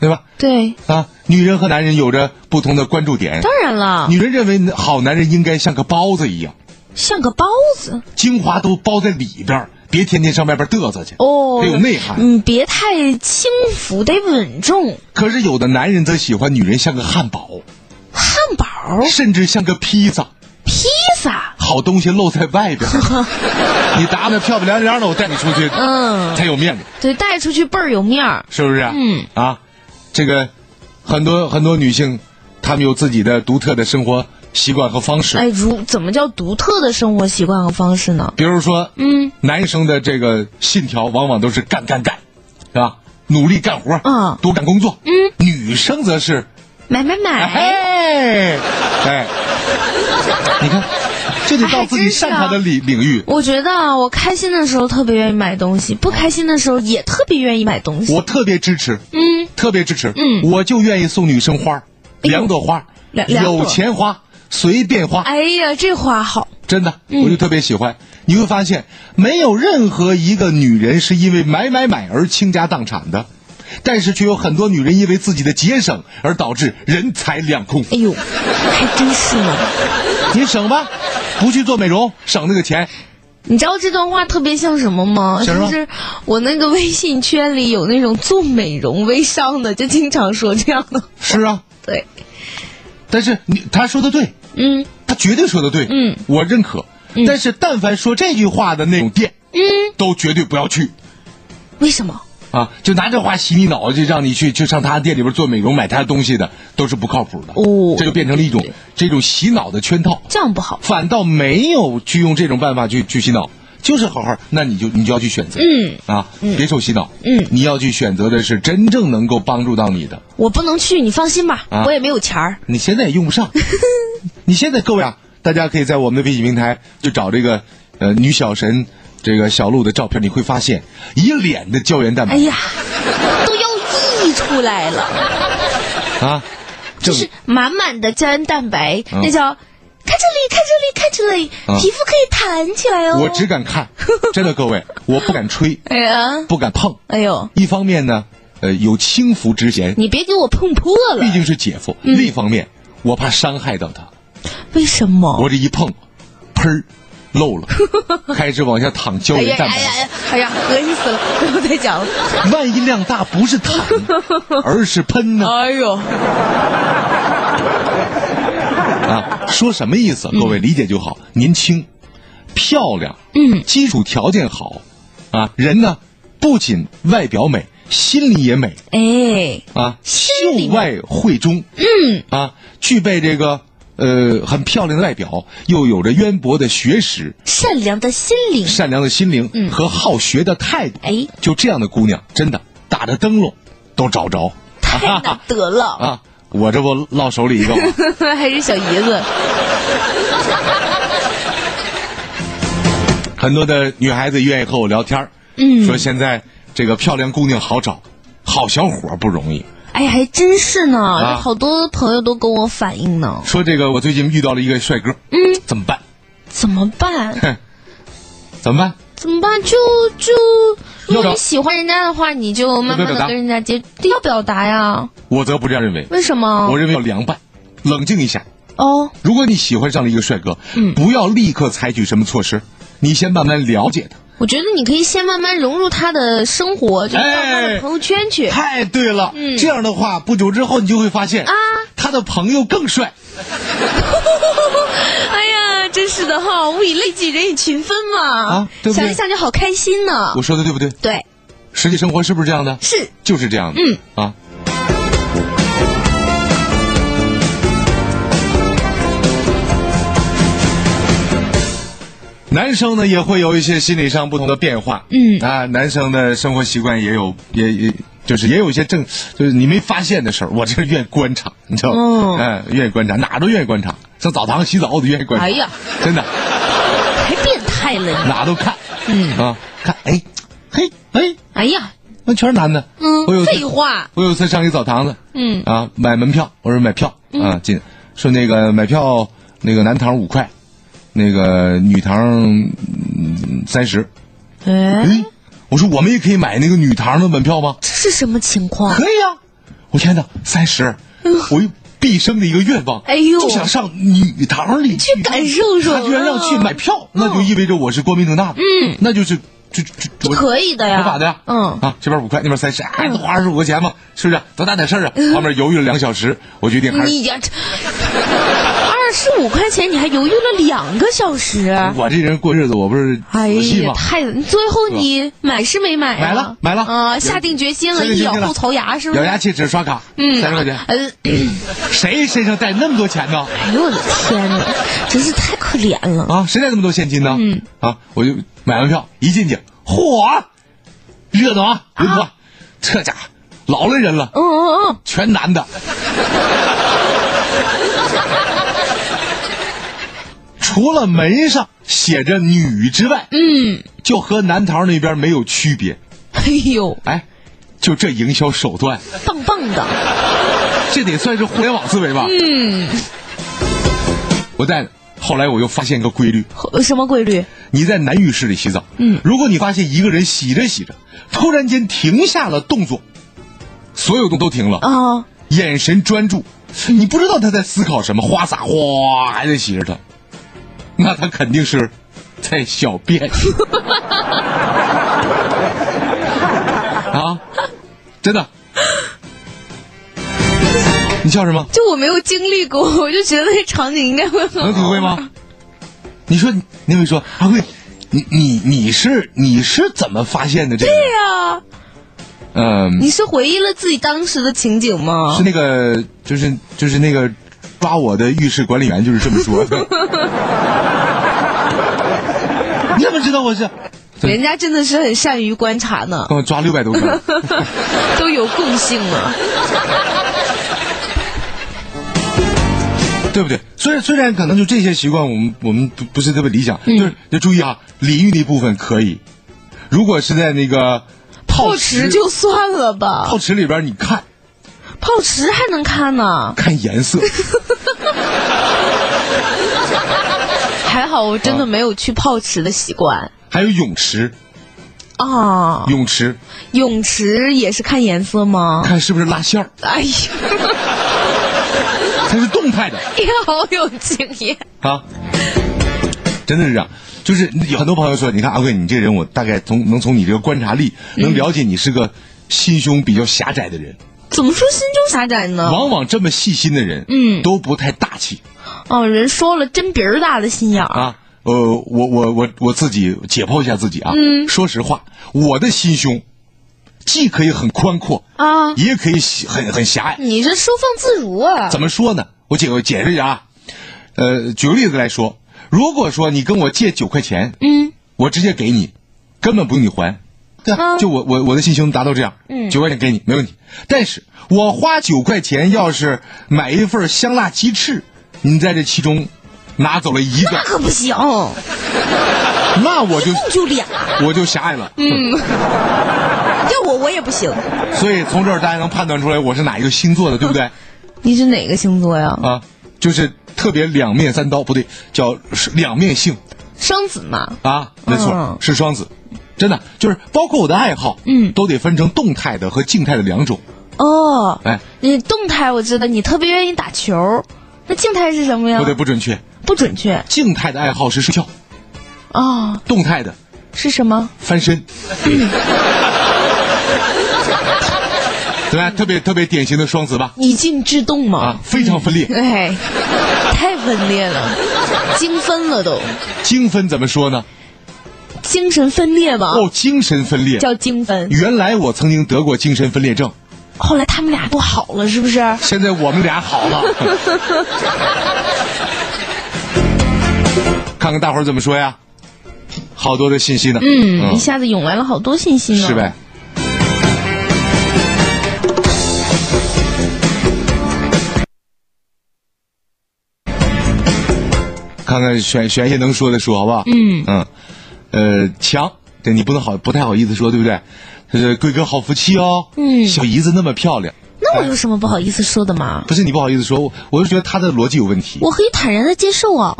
对吧？
对，
啊，女人和男人有着不同的关注点。
当然了，
女人认为好男人应该像个包子一样，
像个包子
精华都包在里边儿，别天天上外边嘚瑟去，
哦，
得有内涵。
嗯，别太轻浮，得稳重，
可是有的男人则喜欢女人像个汉堡，
汉堡、
甚至像个披萨，
披萨，
好东西露在外边儿。
(laughs)
你打扮漂漂亮亮的，我带你出去，
嗯，
才有面子，
对，带出去倍儿有面儿，
是不是？
嗯
啊，这个很多很多女性，她们有自己的独特的生活习惯和方式，
哎，如怎么叫独特的生活习惯和方式呢？
比如说，
嗯，
男生的这个信条往往都是干干干，是吧？努力干活，
嗯
多干工作，
嗯
女生则是，
买买买，
哎，哎，你看，这得到自己擅长的领领域。
我觉得啊，我开心的时候特别愿意买东西，不开心的时候也特别愿意买东西。
我特别支持，
嗯，
特别支持，
嗯
我就愿意送女生花儿，
哎呦
两朵花儿，
两两朵
有钱花，随便花，
哎嗯呀，这花好，
真的，我就特别喜欢。你会发现，没有任何一个女人是因为买买买而倾家荡产的，但是却有很多女人因为自己的节省而导致人财两空。
哎呦，还真是呢。
你省吧，不去做美容，省那个钱。
你知道这段话特别像什么吗？
像什么
就是我那个微信圈里有那种做美容微商的，就经常说这样的。
是啊，
对，
但是你他说的对，
嗯
他绝对说的对，
嗯，
我认可。但是但凡说这句话的那种店，
嗯，
都绝对不要去。
为什么？
啊，就拿这话洗你脑，就让你去去上他店里边做美容、买他东西的，都是不靠谱的。
哦
这就变成了一种这种洗脑的圈套，
这样不好。
反倒没有去用这种办法去去洗脑，就是好好，那你就你就要去选择，
嗯
啊，别受洗脑，
嗯
你要去选择的是真正能够帮助到你的，
我不能去，你放心吧，
啊
我也没有钱儿。
你现在也用不
(laughs)
上。你现在各位啊，大家可以在我们的微信平台就找这个呃女小神这个小鹿的照片，你会发现一脸的胶原蛋白。
哎呀，都要溢出来了，
啊，
就
正
是满满的胶原蛋白，
嗯
那叫看这里，看这里，看这
啊
里，皮肤可以弹起来哦。
我只敢
(laughs)
看，真的各位，我不敢吹，
哎呀，
不敢碰。
哎呦，
一方面呢，呃，有轻浮之嫌，
你别给我碰破了
毕，竟是姐夫；
嗯
另一方面，我怕伤害到他，
为什么？
我这一碰，喷儿漏
(laughs)
了，开始往下淌胶
哎
原
呀
蛋
哎呀
白。
哎呀，哎呀，恶心死了！不要再讲了。
(laughs) 万一量大不是淌，而是喷呢？
哎呦，
啊，说什么意思？各位理解就好。年轻、漂亮，嗯，基础条件好，啊，人呢不仅外表美，心里也美。
哎，
啊，秀外慧中，嗯，啊，具备这个呃很漂亮的外表，又有着渊博的学识、
善良的心灵，
善良的心灵、和好学的态度，
嗯哎，
就这样的姑娘，真的打着灯笼都找着
太难得了，
(laughs) 啊！我这不落手里一个
(laughs)
吗？
还是小姨子。
很多的女孩子愿意和我聊天嗯，说现在这个漂亮姑娘好找，好小伙儿不容易。
哎呀，还真是呢，
啊
这好多朋友都跟我反映呢，
说这个我最近遇到了一个帅哥，嗯，怎么办？ (laughs)
怎么办？
怎么办？
怎么办？就就，如
要不
果
要
你喜欢人家的话，你就慢
要
慢
不要表
的
达
跟人家接，要表达呀？
我则不这样认为，
为什么
我？认为要凉拌，冷静一下。
哦，
如果你喜欢上了一个帅哥，
嗯
不要立刻采取什么措施，你先慢慢了解他。
我觉得你可以先慢慢融入他的生活，就是到他的
哎
朋友圈去。
太对了，
嗯
这样的话，不久之后你就会发现
啊
他的朋友更帅。
哎呀，真是的哈，物以类聚，人以群分嘛。
啊对不对
想一想就好开心呢。
我说的对不对？
对，
实际生活是不是这样的？
是
就是这样的。
嗯
啊。男生呢也会有一些心理上不同的变化，
嗯
啊，男生的生活习惯也有，也也就是也有一些正，就是你没发现的事儿，我这愿意观察，你知道吗？
哦
哎，愿意观察，哪儿都愿意观察，上澡堂洗澡我都愿意观察，
哎呀，
(laughs) 真的
太哎变态了你。
哪都看，嗯啊，看，哎，嘿，哎，
哎呀，
那全是男的。
嗯
我有，
废话。
我有一次上一澡堂子，
嗯
啊，买门票，我说买票啊进，说那个买票那个男堂五块，那个女堂嗯三十。
哎，
嗯，我说我们也可以买那个女堂的门票吗？
这是什么情况
可？以啊。我天哪，三十，我一毕生的一个愿望，
哎呦
就想上女堂里去
感受受
他居然让去买票，那就意味着我是光明正大的，嗯，那就是就就就
可以的呀，
合法的呀，
嗯，
啊，这边五块，那边三十，哎，花二十五块钱嘛，是不是？多大点事儿啊？旁边犹豫了两个小时，我决定还是
你呀，二十五块钱你还犹豫了两个小时，
我这人过日子，我不是
哎
仔细
呀
吗，？
太最后你买是没买啊？
买了买了
啊，下定决心了，
下定
一
决
咬
心了
后槽牙是不
咬
是？
牙切齿刷卡，
嗯，
三十块钱，
呃，
谁身上带那么多钱呢？
哎呦我的天哪，真是太可怜了。
啊，谁带那么多现金呢？
嗯
啊，我就买完票一进去，嚯，热闹啊，人多，这家伙老了人了，
嗯嗯嗯，
全男的。除了门上写着“女”之外，
嗯，
就和南桃那边没有区别。
哎呦，
哎，就这营销手段，
棒棒的，
这得算是互联网思维吧？嗯。我在后来我又发现个规律：
什么规律？
你在男浴室里洗澡，
嗯
如果你发现一个人洗着洗着，突然间停下了动作，所有动都停了，
啊，
眼神专注，你不知道他在思考什么，花洒哗还在洗着他，那他肯定是在小
(laughs)
便啊，真的。你笑什么？
就我没有经历过， (laughs) 我就觉得那场景应该会很
能体会吗？你说那位说阿贵，你你你是你是怎么发现的这个？
对呀，
嗯，
你是回忆了自己当时的情景吗
是？那个就是就是那个抓我的浴室管理员就是这么
(laughs)
说的。你怎么知道我是？对
人家真的是很善于观察呢，
帮我抓六百多
(laughs)
个。
都有共性了。
对不对？虽然虽然可能就这些习惯，我们我们不不是特别理想，
嗯
就是要注意啊，淋浴那部分可以。如果是在那个
泡
泡
池就算了吧，
泡池里边，你看
泡池还能看呢，
看颜
(laughs)
色，
还好我真的没有去泡池的习惯
还有泳池，
啊。
泳池
泳池也是看颜色吗？
看是不是拉线儿，
哎呀，
它是动态的
你好有经验。
啊，真的是这样。就是有很多朋友说，你看阿贵，你这人，我大概从能从你这个观察力，能了解你是个心胸比较狭窄的人。
怎么说心胸狭窄呢？
往往这么细心的人，
嗯
都不太大气。
哦，人说了，针鼻儿大的心眼儿。
啊，呃，我我我我自己解剖一下自己啊。嗯，说实话，我的心胸既可以很宽阔
啊
也可以狭很很狭隘。
你是收放自如啊！
怎么说呢？我解我解释一下啊。呃，举个例子来说，如果说你跟我借九块钱，
嗯，
我直接给你，根本不用你还。对啊、
嗯
就我我我的心胸达到这样，嗯，九块钱给你没问题。但是我花九块钱要是买一份香辣鸡翅，您在这其中拿走了一个
那，
(laughs)
可不行，
那我就
就俩。
我就狭隘了。
要我我也不行。
所以从这儿大家能判断出来我是哪一个星座的，对不对？
你是哪个星座呀？
啊，就是特别两面三刀，不对，叫是两面性
双子嘛。
啊，没错，
嗯
是双子。真的就是包括我的爱好，
嗯
都得分成动态的和静态的两种。
哦，
哎，
你动态我知道，你特别愿意打球。那静态是什么呀
不？对，不准确。
不准确
静态的爱好是睡觉，
哦，
动态的
是什么？
翻身。对吧？特别特别典型的双子吧，
以静制动嘛。
啊，非常分裂。
哎，太分裂了，精分了都，
精分怎么说呢？
精神分裂吧，
哦，精神分裂。
叫精分。
原来我曾经得过精神分裂症，
后来他们俩不好了，是不嗯是？ (laughs)
现在我们俩好了，看看大伙儿怎么说呀？好多的信息呢，
嗯，一下子涌来了好多信息呢。
是呗？看看选选一些能说的说，好不好？嗯嗯，呃，强，对你不能好不太好意思说，对不对？他说贵哥好福气哦，
嗯
小姨子那么漂亮，
那我有什么不好意思说的嘛？
不是你不好意思说，我我是觉得他的逻辑有问题，
我可以坦然的接受啊。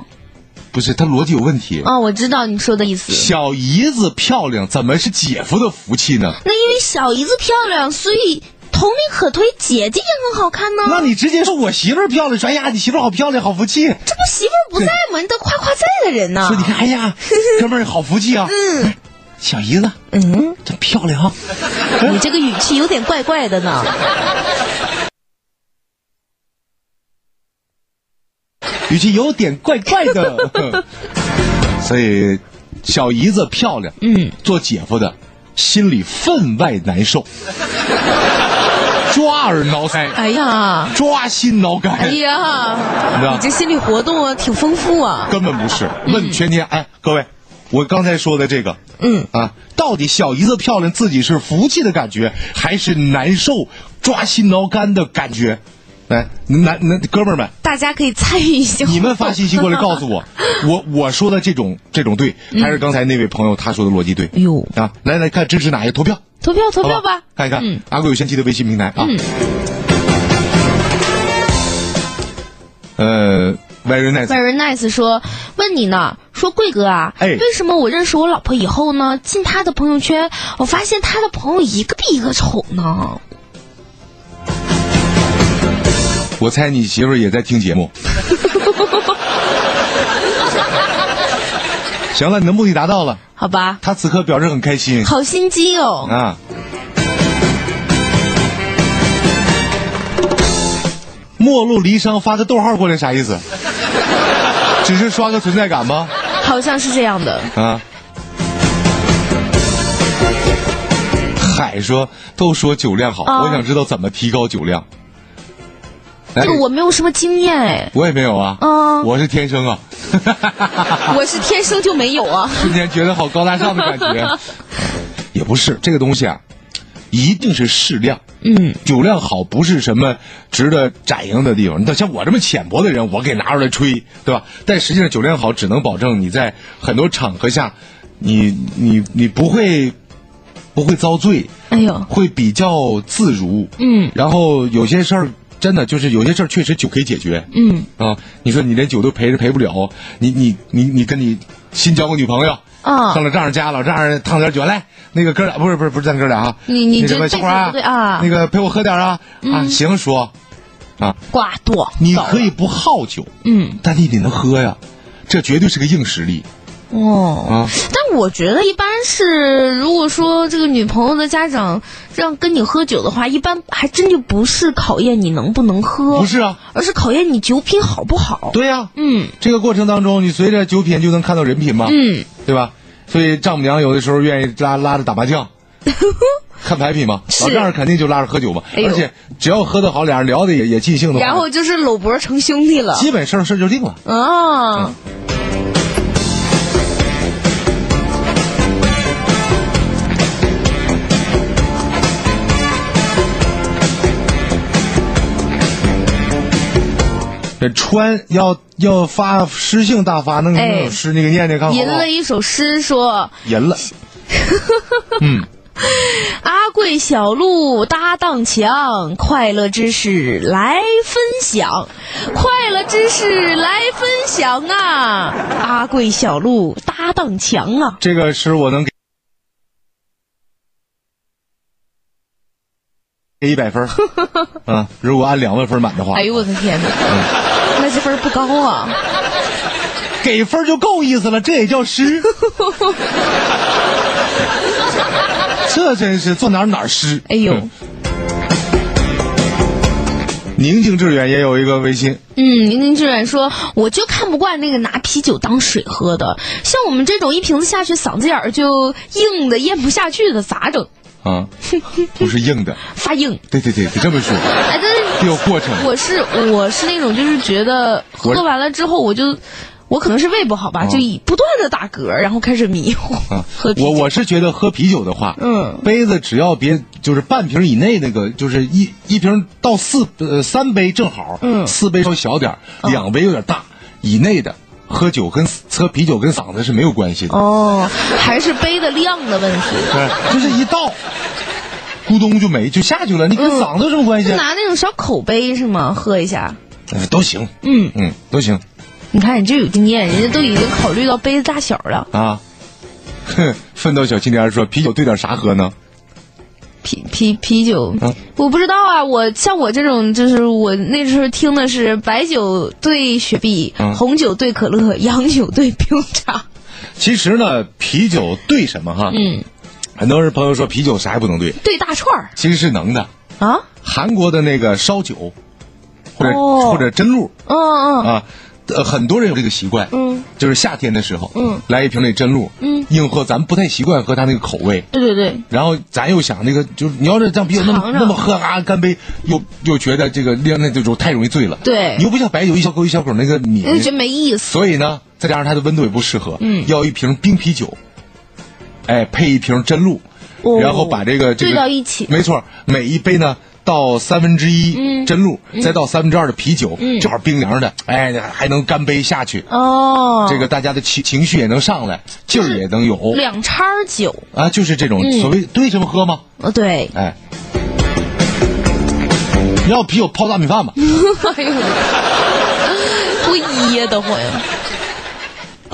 不是他逻辑有问题。
啊，我知道你说的意思。
小姨子漂亮，怎么是姐夫的福气呢？
那因为小姨子漂亮，所以同理可推，姐姐也很好看呢。
那你直接说我媳妇儿漂亮，说哎呀，你媳妇儿好漂亮，好福气。
这不媳妇儿不在吗？你得夸夸在的人呢
说。你看，哎呀，
(laughs)
哥们儿好福气啊。嗯，小姨子
嗯，
真漂亮啊。
你这个语气有点怪怪的呢。
语气有点怪怪
(laughs)
的。所以，小姨子漂亮，
嗯，
做姐夫的心里分外难
(laughs)
受，抓耳挠腮，
哎呀，
抓心挠肝。
哎呀，
你知道
你这心理活动啊，挺丰富啊。
根本不是。问全天，哎，各位，我刚才说的这个，嗯啊，到底小姨子漂亮，自己是福气的感觉，还是难受、抓心挠肝的感觉？来，男男哥们儿
(laughs)
们，
大家可以参与一下。
你们发信息过来告诉我，我我说的这种这种对，
嗯
还是刚才那位朋友他说的逻辑对？
哎呦
啊，来来看支持哪一个投票？
(laughs) 投票投
好
票吧，
看一看、
嗯
阿贵有仙妻的微信平台啊。呃，very nice，
Very nice 说，问你呢，说贵哥啊，
哎
为什么我认识我老婆以后呢，进她的朋友圈，我发现她的朋友一个比一个丑呢？
我猜你媳妇儿也在听节
(laughs)
目。行了，你的目的达到了，
好吧，
她此刻表示很开心
(laughs) 好心机哦。
啊。陌路离殇发个逗号过来啥意
(laughs)
思？只是刷个存在感吗？
好像是这样的。
啊。海说都说酒量好，
啊
我想知道怎么提高酒量。来
这个我没有什么经验哎，
我也没有啊，
嗯
我是天生啊，
我是天生就没有啊。
瞬间觉得好高大上的感
(laughs)
觉。也不是这个东西啊，一定是适量。
嗯，
酒量好不是什么值得展扬的地方。你像我这么浅薄的人，我给拿出来吹，对吧？但实际上，酒量好只能保证你在很多场合下，你你你不会不会遭罪，
哎呦，
会比较自如。
嗯，
然后有些事儿真的就是有些事儿确实酒可以解决。
嗯
啊，你说你连酒都陪着陪不了，你你你你跟你新交个女朋友。
啊
上了丈人家，老丈人烫点酒来，那个哥俩不是不是不是咱哥俩啊，
你你
那
这
什么
这
小花啊
这不对啊嗯
那个陪我喝点啊、啊，行说，
瓜多，
你可以不好酒，
嗯
但你得能喝呀，这绝对是个硬实力啊。
哦。但我觉得一般是，如果说这个女朋友的家长让跟你喝酒的话，一般还真就不是考验你能不能喝，
不是啊，
而是考验你酒品好不好。
对呀、
嗯
这个过程当中，你随着酒品就能看到人品嘛，
嗯，
对吧？所以丈母娘有的时候愿意拉拉着打麻
(laughs)
将，看牌品嘛，
是
老丈人肯定就拉着喝酒嘛，
哎呦
而且只要喝得好，俩人聊的也也尽兴的话，
然后就是搂脖成兄弟了。
基本事儿事儿就定了。
啊，嗯
这川要要发诗性大发，弄
哎
那首诗那个念念看好
吟
不好
了？一首诗说。
吟了，
阿贵小鹿搭档强，快乐知识来分享，快乐知识来分享啊！阿贵小鹿搭档强啊！
这个诗我能
(laughs)
给给一百
(laughs)
分儿，啊，如果按两万分满的话，
哎呦我的天哪，那这分儿不高啊！
给分儿就够意思了，这也叫
(laughs)
诗？这真是坐哪儿哪儿诗。
哎呦
嗯，宁静致远也有一个微信，
嗯，宁宁志远说，我就看不惯那个拿啤酒当水喝的，像我们这种一瓶子下去，嗓子眼儿就硬的咽不下去的，咋整？ (laughs)
啊，不是硬的，
发硬。
对对对，得这么说，
哎，但是
得有过程。
我是我是那种就是觉得
我哦
喝完了之后我就。我可能是胃不好吧，就以不断的打嗝，然后开始迷糊。
啊
喝啤酒
我我是觉得喝啤酒的话，
嗯，
杯子只要别就是半瓶以内那个，就是一一瓶到四呃三杯正好，
嗯
四杯稍小点儿，两杯有点大以内的，喝酒跟喝啤酒跟嗓子是没有关系的，
哦，还是杯的量的问题。
对， (laughs) 就是一倒，咕咚就没就下去了，你跟
嗯
嗓子有什么关系
就
啊？
拿那种小口杯是吗？喝一下。
呃都行，
嗯，
嗯，都行
你看你就有经验，人家都已经考虑到杯子大小了。
啊。哼，奋斗小青年说：“啤酒兑点啥喝呢？
啤啤啤酒
嗯，
我不知道啊。我像我这种，就是我那时候听的是白酒兑雪碧
嗯，
红酒兑可乐，洋酒兑冰茶。
其实呢，啤酒兑什么哈？
嗯，
很多人朋友说啤酒啥也不能兑，
兑大串儿
其实是能的。
啊。
韩国的那个烧酒，或者、
哦
或者真露
嗯嗯
啊，呃，很多人有这个习惯。
嗯，
就是夏天的时候，
嗯，
来一瓶那真露，
嗯，
硬喝咱们不太习惯喝它那个口味，
对对对，
然后咱又想那个，就是你要是让啤酒那么
尝尝
那么喝啊干杯，又又觉得这个量那就太容易醉了，
对嗯
你又不像白酒一小口一小口那个抿，
那就觉得没意思。
所以呢，再加上它的温度也不适合，
嗯
要一瓶冰啤酒，哎，配一瓶真露，
哦
然后把这个这个
兑到一起
没错，每一杯呢。倒三分之一
嗯
真露，再倒三分之二的啤酒，
嗯
正好冰凉的，哎，还能干杯下去，
哦，
这个大家的情情绪也能上来，劲儿也能有
两叉儿酒，
啊，就是这种
嗯
所谓对这么喝吗？，
哦对
哎，你要啤酒泡大米饭吧？
哎呦，多噎得慌呀！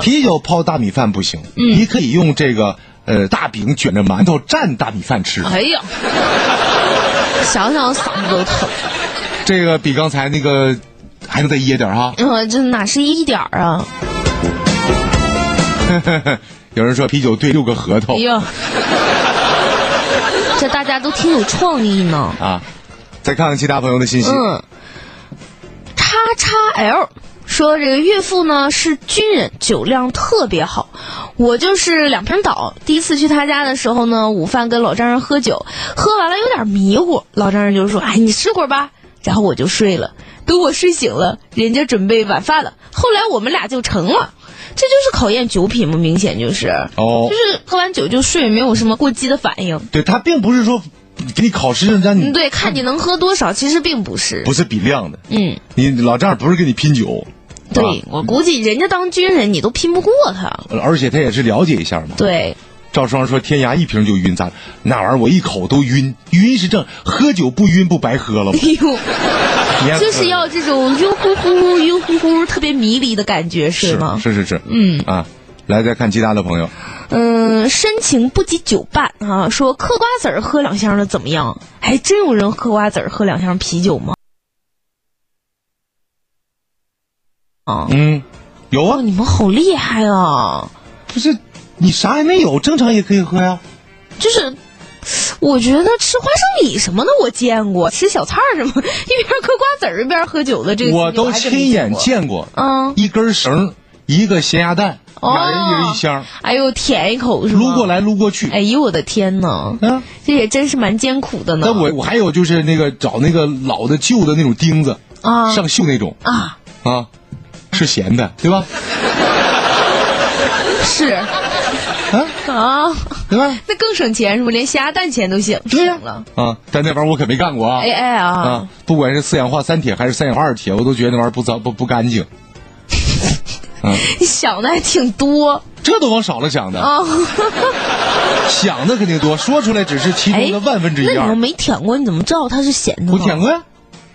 啤酒泡大米饭不行，
嗯
你可以用这个呃大饼卷着馒头蘸大米饭吃，
哎呀，想想嗓子都疼。
这个比刚才那个还能再噎点儿哈。
呃，这哪是一点儿啊？
有人说啤酒兑六个核桃
哎呀，这大家都挺有创意呢。
啊，再看看其他朋友的信息，
嗯，叉叉 L 说这个岳父呢是军人，酒量特别好。我就是两瓶倒。第一次去他家的时候呢，午饭跟老丈人喝酒，喝完了有点迷糊，老丈人就说：“哎，你吃会儿吧。”然后我就睡了。等我睡醒了，人家准备晚饭了。后来我们俩就成了。这就是考验酒品嘛，明显就是，
哦
就是喝完酒就睡，没有什么过激的反应。
对他并不是说给你考试让你
嗯，对，看你能喝多少，其实并不是。
不是比量的，
嗯，
你老丈人不是跟你拼酒，啊
对，我估计人家当军人，你都拼不过他。
呃而且他也是了解一下嘛。 (laughs)
对，
赵双说：“天涯一瓶就晕，咋那玩意儿我一口都晕，晕是正，喝酒不晕不白
(laughs)
喝了吗
哎？呦，
你还
就是要这种晕乎乎、晕乎乎、特别迷离的感觉，是
是
吗？
是是是，
嗯
啊，来再看其他的朋友，
嗯，深情不及酒伴啊，说嗑瓜子儿喝两箱的怎么样？还真有人嗑瓜子儿喝两箱啤酒吗？啊，
嗯，有
哦，
啊，
你们好厉害啊！
不是你啥也没有，正常也可以喝呀、
就是。我觉得吃花生米什么的我见过，吃小菜儿什么，一 (laughs) 边嗑瓜子儿一边喝酒的这个，
我都
还真没
亲眼
过。
见过，
嗯，
一根绳，一个咸鸭蛋，
哦
俩人一人一箱，
哎呦，舔一口是吗？
撸过。来撸过去，
(laughs) 哎呦，我的天呐，
啊。”
这也真是蛮艰苦的呢。
那我我还有就是那个找那个老的旧的那种钉子
啊
上锈那种
啊，
啊，是咸的，对吧？(laughs)
(laughs) 是
啊，
啊，
对吧？
那更省钱是不？连咸鸭蛋钱都省
对呀
省了。
啊，但那玩意儿我可没干过啊。
哎哎啊，
啊，不管是四氧化三铁还是三氧化二铁，我都觉得那玩意儿不脏不不干净，
你想的还挺多
这都往少了想的，
啊。
(laughs) 想的肯定多，说出来只是其
哎
中的万分之一
那你
二
们。没舔过，你怎么知道它是咸的呢？
我舔过呀，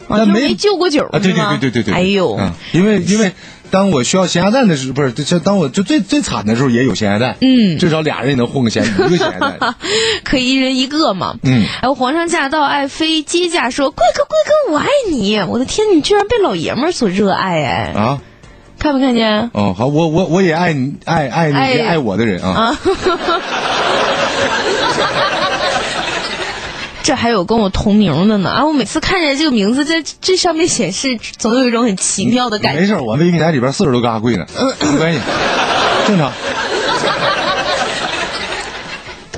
啊，
但
就是
没
没就过酒
啊，对对
是吗
对对对对。
哎呦，
嗯因为因为当我需要咸鸭蛋的时候，不是，就当我就最最惨的时候也有咸鸭蛋，
嗯
至少俩人也能混个咸一个咸鸭
(laughs)
蛋，
可以一人一个嘛。
嗯
还有皇上驾到，爱妃接驾说：“贵哥，贵哥，我爱你！”我的天，你居然被老爷们儿所热爱哎，
啊。
看没看见？
哦，好，我我我也爱你，爱爱你
爱
爱我的人啊，
这还有跟我同名的呢啊！我每次看见这个名字在这上面显示，总有一种很奇妙的感
没
觉。呃
事儿，我微平台里边四十多个阿贵呢，没
(laughs)
关系，正常。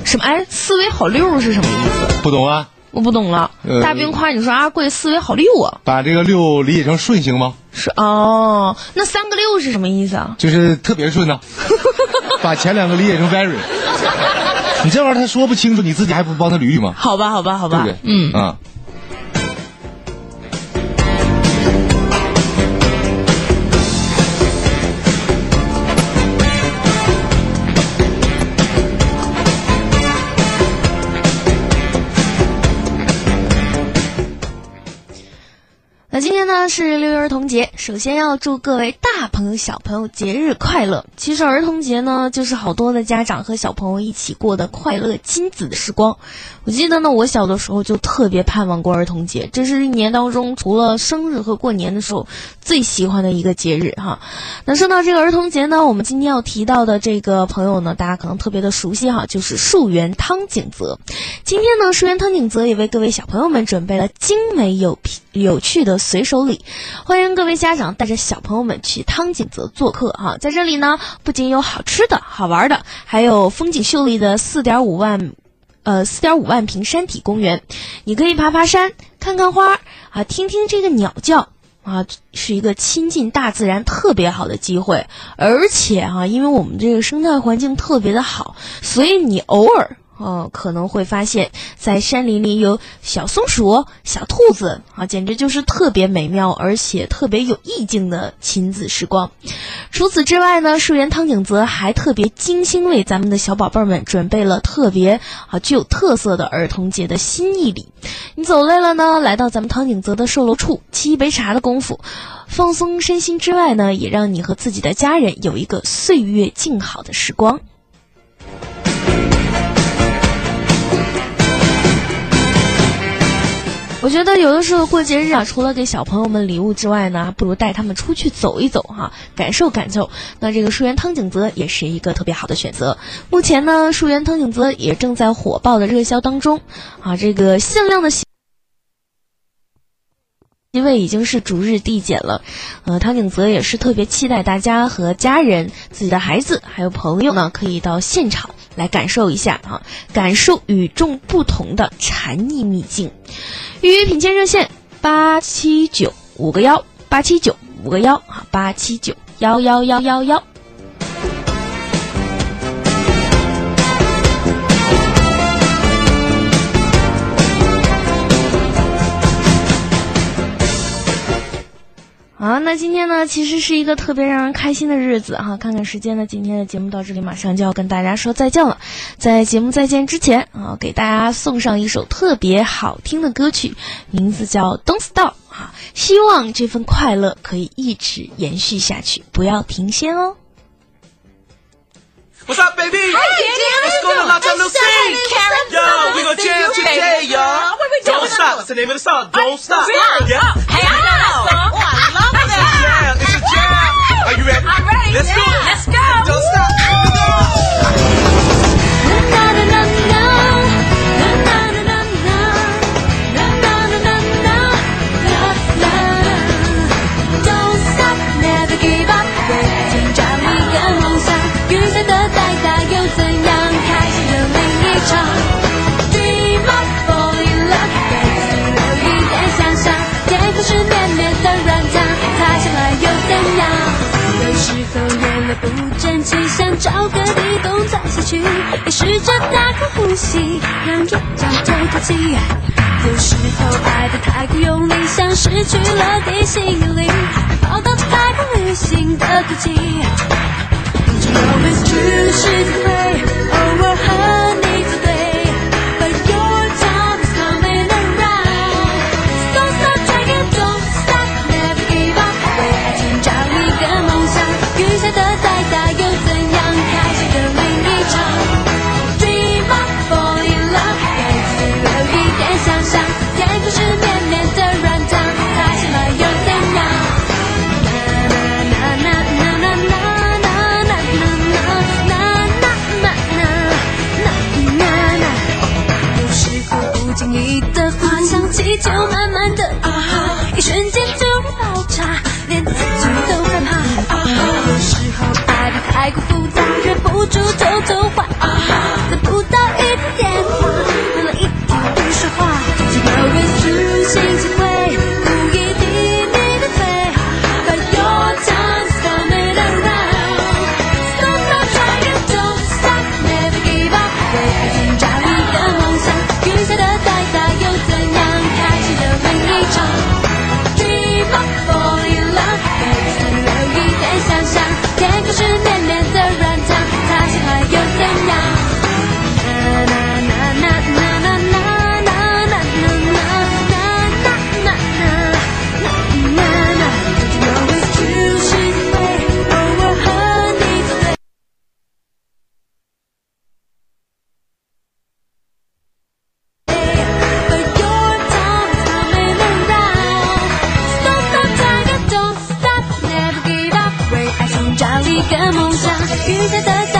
什么？哎，思维好六是什么意思？
不懂啊，
我不懂了。
呃
大冰夸你说啊阿贵思维好六啊，
把这个六理解成顺行吗？
是哦。那三个六是什么意思啊？
就是特别
(laughs)
顺呐、把前两个理解成 very。你这玩意儿他说不清楚，你自己还不帮他捋捋吗？
好吧，好吧，好
对
吧
不对？。
嗯，
啊。
那今天呢是六一儿童节，首先要祝各位大朋友小朋友节日快乐。其实儿童节呢，就是好多的家长和小朋友一起过的快乐亲子的时光。我记得呢，我小的时候就特别盼望过儿童节，这是一年当中除了生日和过年的时候最喜欢的一个节日哈。那说到这个儿童节呢，我们今天要提到的这个朋友呢，大家可能特别的熟悉哈，就是树原汤景泽。今天呢，树原汤景泽也为各位小朋友们准备了精美有有趣的。
随手礼。欢迎各位家长带着小朋友们去汤井泽做客哈、在这里呢，不仅有好吃的好玩的，还有风景秀丽的四点五万。呃，四点五万平山体公园，你可以爬爬山，看看花儿啊，听听这个鸟叫啊，是一个亲近大自然特别好的机会。而且啊，因为我们这个生态环境特别的好，所以你偶尔。嗯、可能会发现，在山林里有小松鼠、小兔子啊，简直就是特别美妙，而且特别有意境的亲子时光。除此之外呢，树园汤景泽还特别精心为咱们的小宝贝儿们准备了特别啊具有特色的儿童节的新意礼。你走累了呢，来到咱们汤景泽的售楼处，沏一杯茶的功夫，放松身心之外呢，也让你和自己的家人有一个岁月静好的时光。我觉得有的时候过节日啊，除了给小朋友们礼物之外呢，不如带他们出去走一走哈、感受感受。那这个树园汤景泽也是一个特别好的选择。目前呢，树园汤景泽也正在火爆的热销当中啊，这个限量的席席位已经是逐日递减了。呃，汤景泽也是特别期待大家和家人、自己的孩子还有朋友呢，可以到现场来感受一下啊，感受与众不同的禅意秘境。预约品鉴热线八七九五个幺八七九五个幺啊八七九幺幺幺幺幺。好，那今天呢，其实是一个特别让人开心的日子哈、看看时间呢，今天的节目到这里，马上就要跟大家说再见了。在节目再见之前啊，给大家送上一首特别好听的歌曲，名字叫《Don't Stop》哈、希望这份快乐可以一直延续下去，不要停歇哦。
What's up, baby? Let's go to La Jalousie. Yo, we gonna jam today, y'all. Don't stop. That's the name of the song. Don't stop. Yeah. Hey, I know that song. I love that. It's a jam. It's a jam. Are you ready? I'm ready. Let's go. Let's go. Don't stop. Here we go.
找个地洞钻下去，也试着打个呼吸，让眼角透透气。有时候爱的太过用力，像失去了地心引力，跑到太空旅行的轨迹。只有 it's true 是体会，偶尔和你 today。But your time is coming around. So stop trying, don't stop, never give up. 为爱寻找一个梦想，雨下的再大又怎样？开始的另一场。Dream up, fall in love，给自己留一点想象。天空是绵绵的软糖，开心了又怎样？有时候不经意的话想起，就慢慢的啊哈，一瞬间就会爆炸，连自己都害怕啊哈。有时候爱的太过复杂，忍不住偷偷画啊哈，得不到一通电话，为了一天不说话，只有人虚心体会，故意低迷的飞，But your time's coming around。Stop, stop, try and don't stop, never give up。为爱寻找一个梦想，雨下的再大又怎样？开始的另一场。Dream up, fall in love，给自己留一点想象。天空是绵绵的软糖，塌下来又怎样？啦啦啦啦啦啦啦啦啦啦啦啦啦。Na na, know it's true 是体会，偶尔和你作对。But your time is coming around. Stop, stop, try and don't stop, never give up. 为爱寻找一个梦想，雨下的再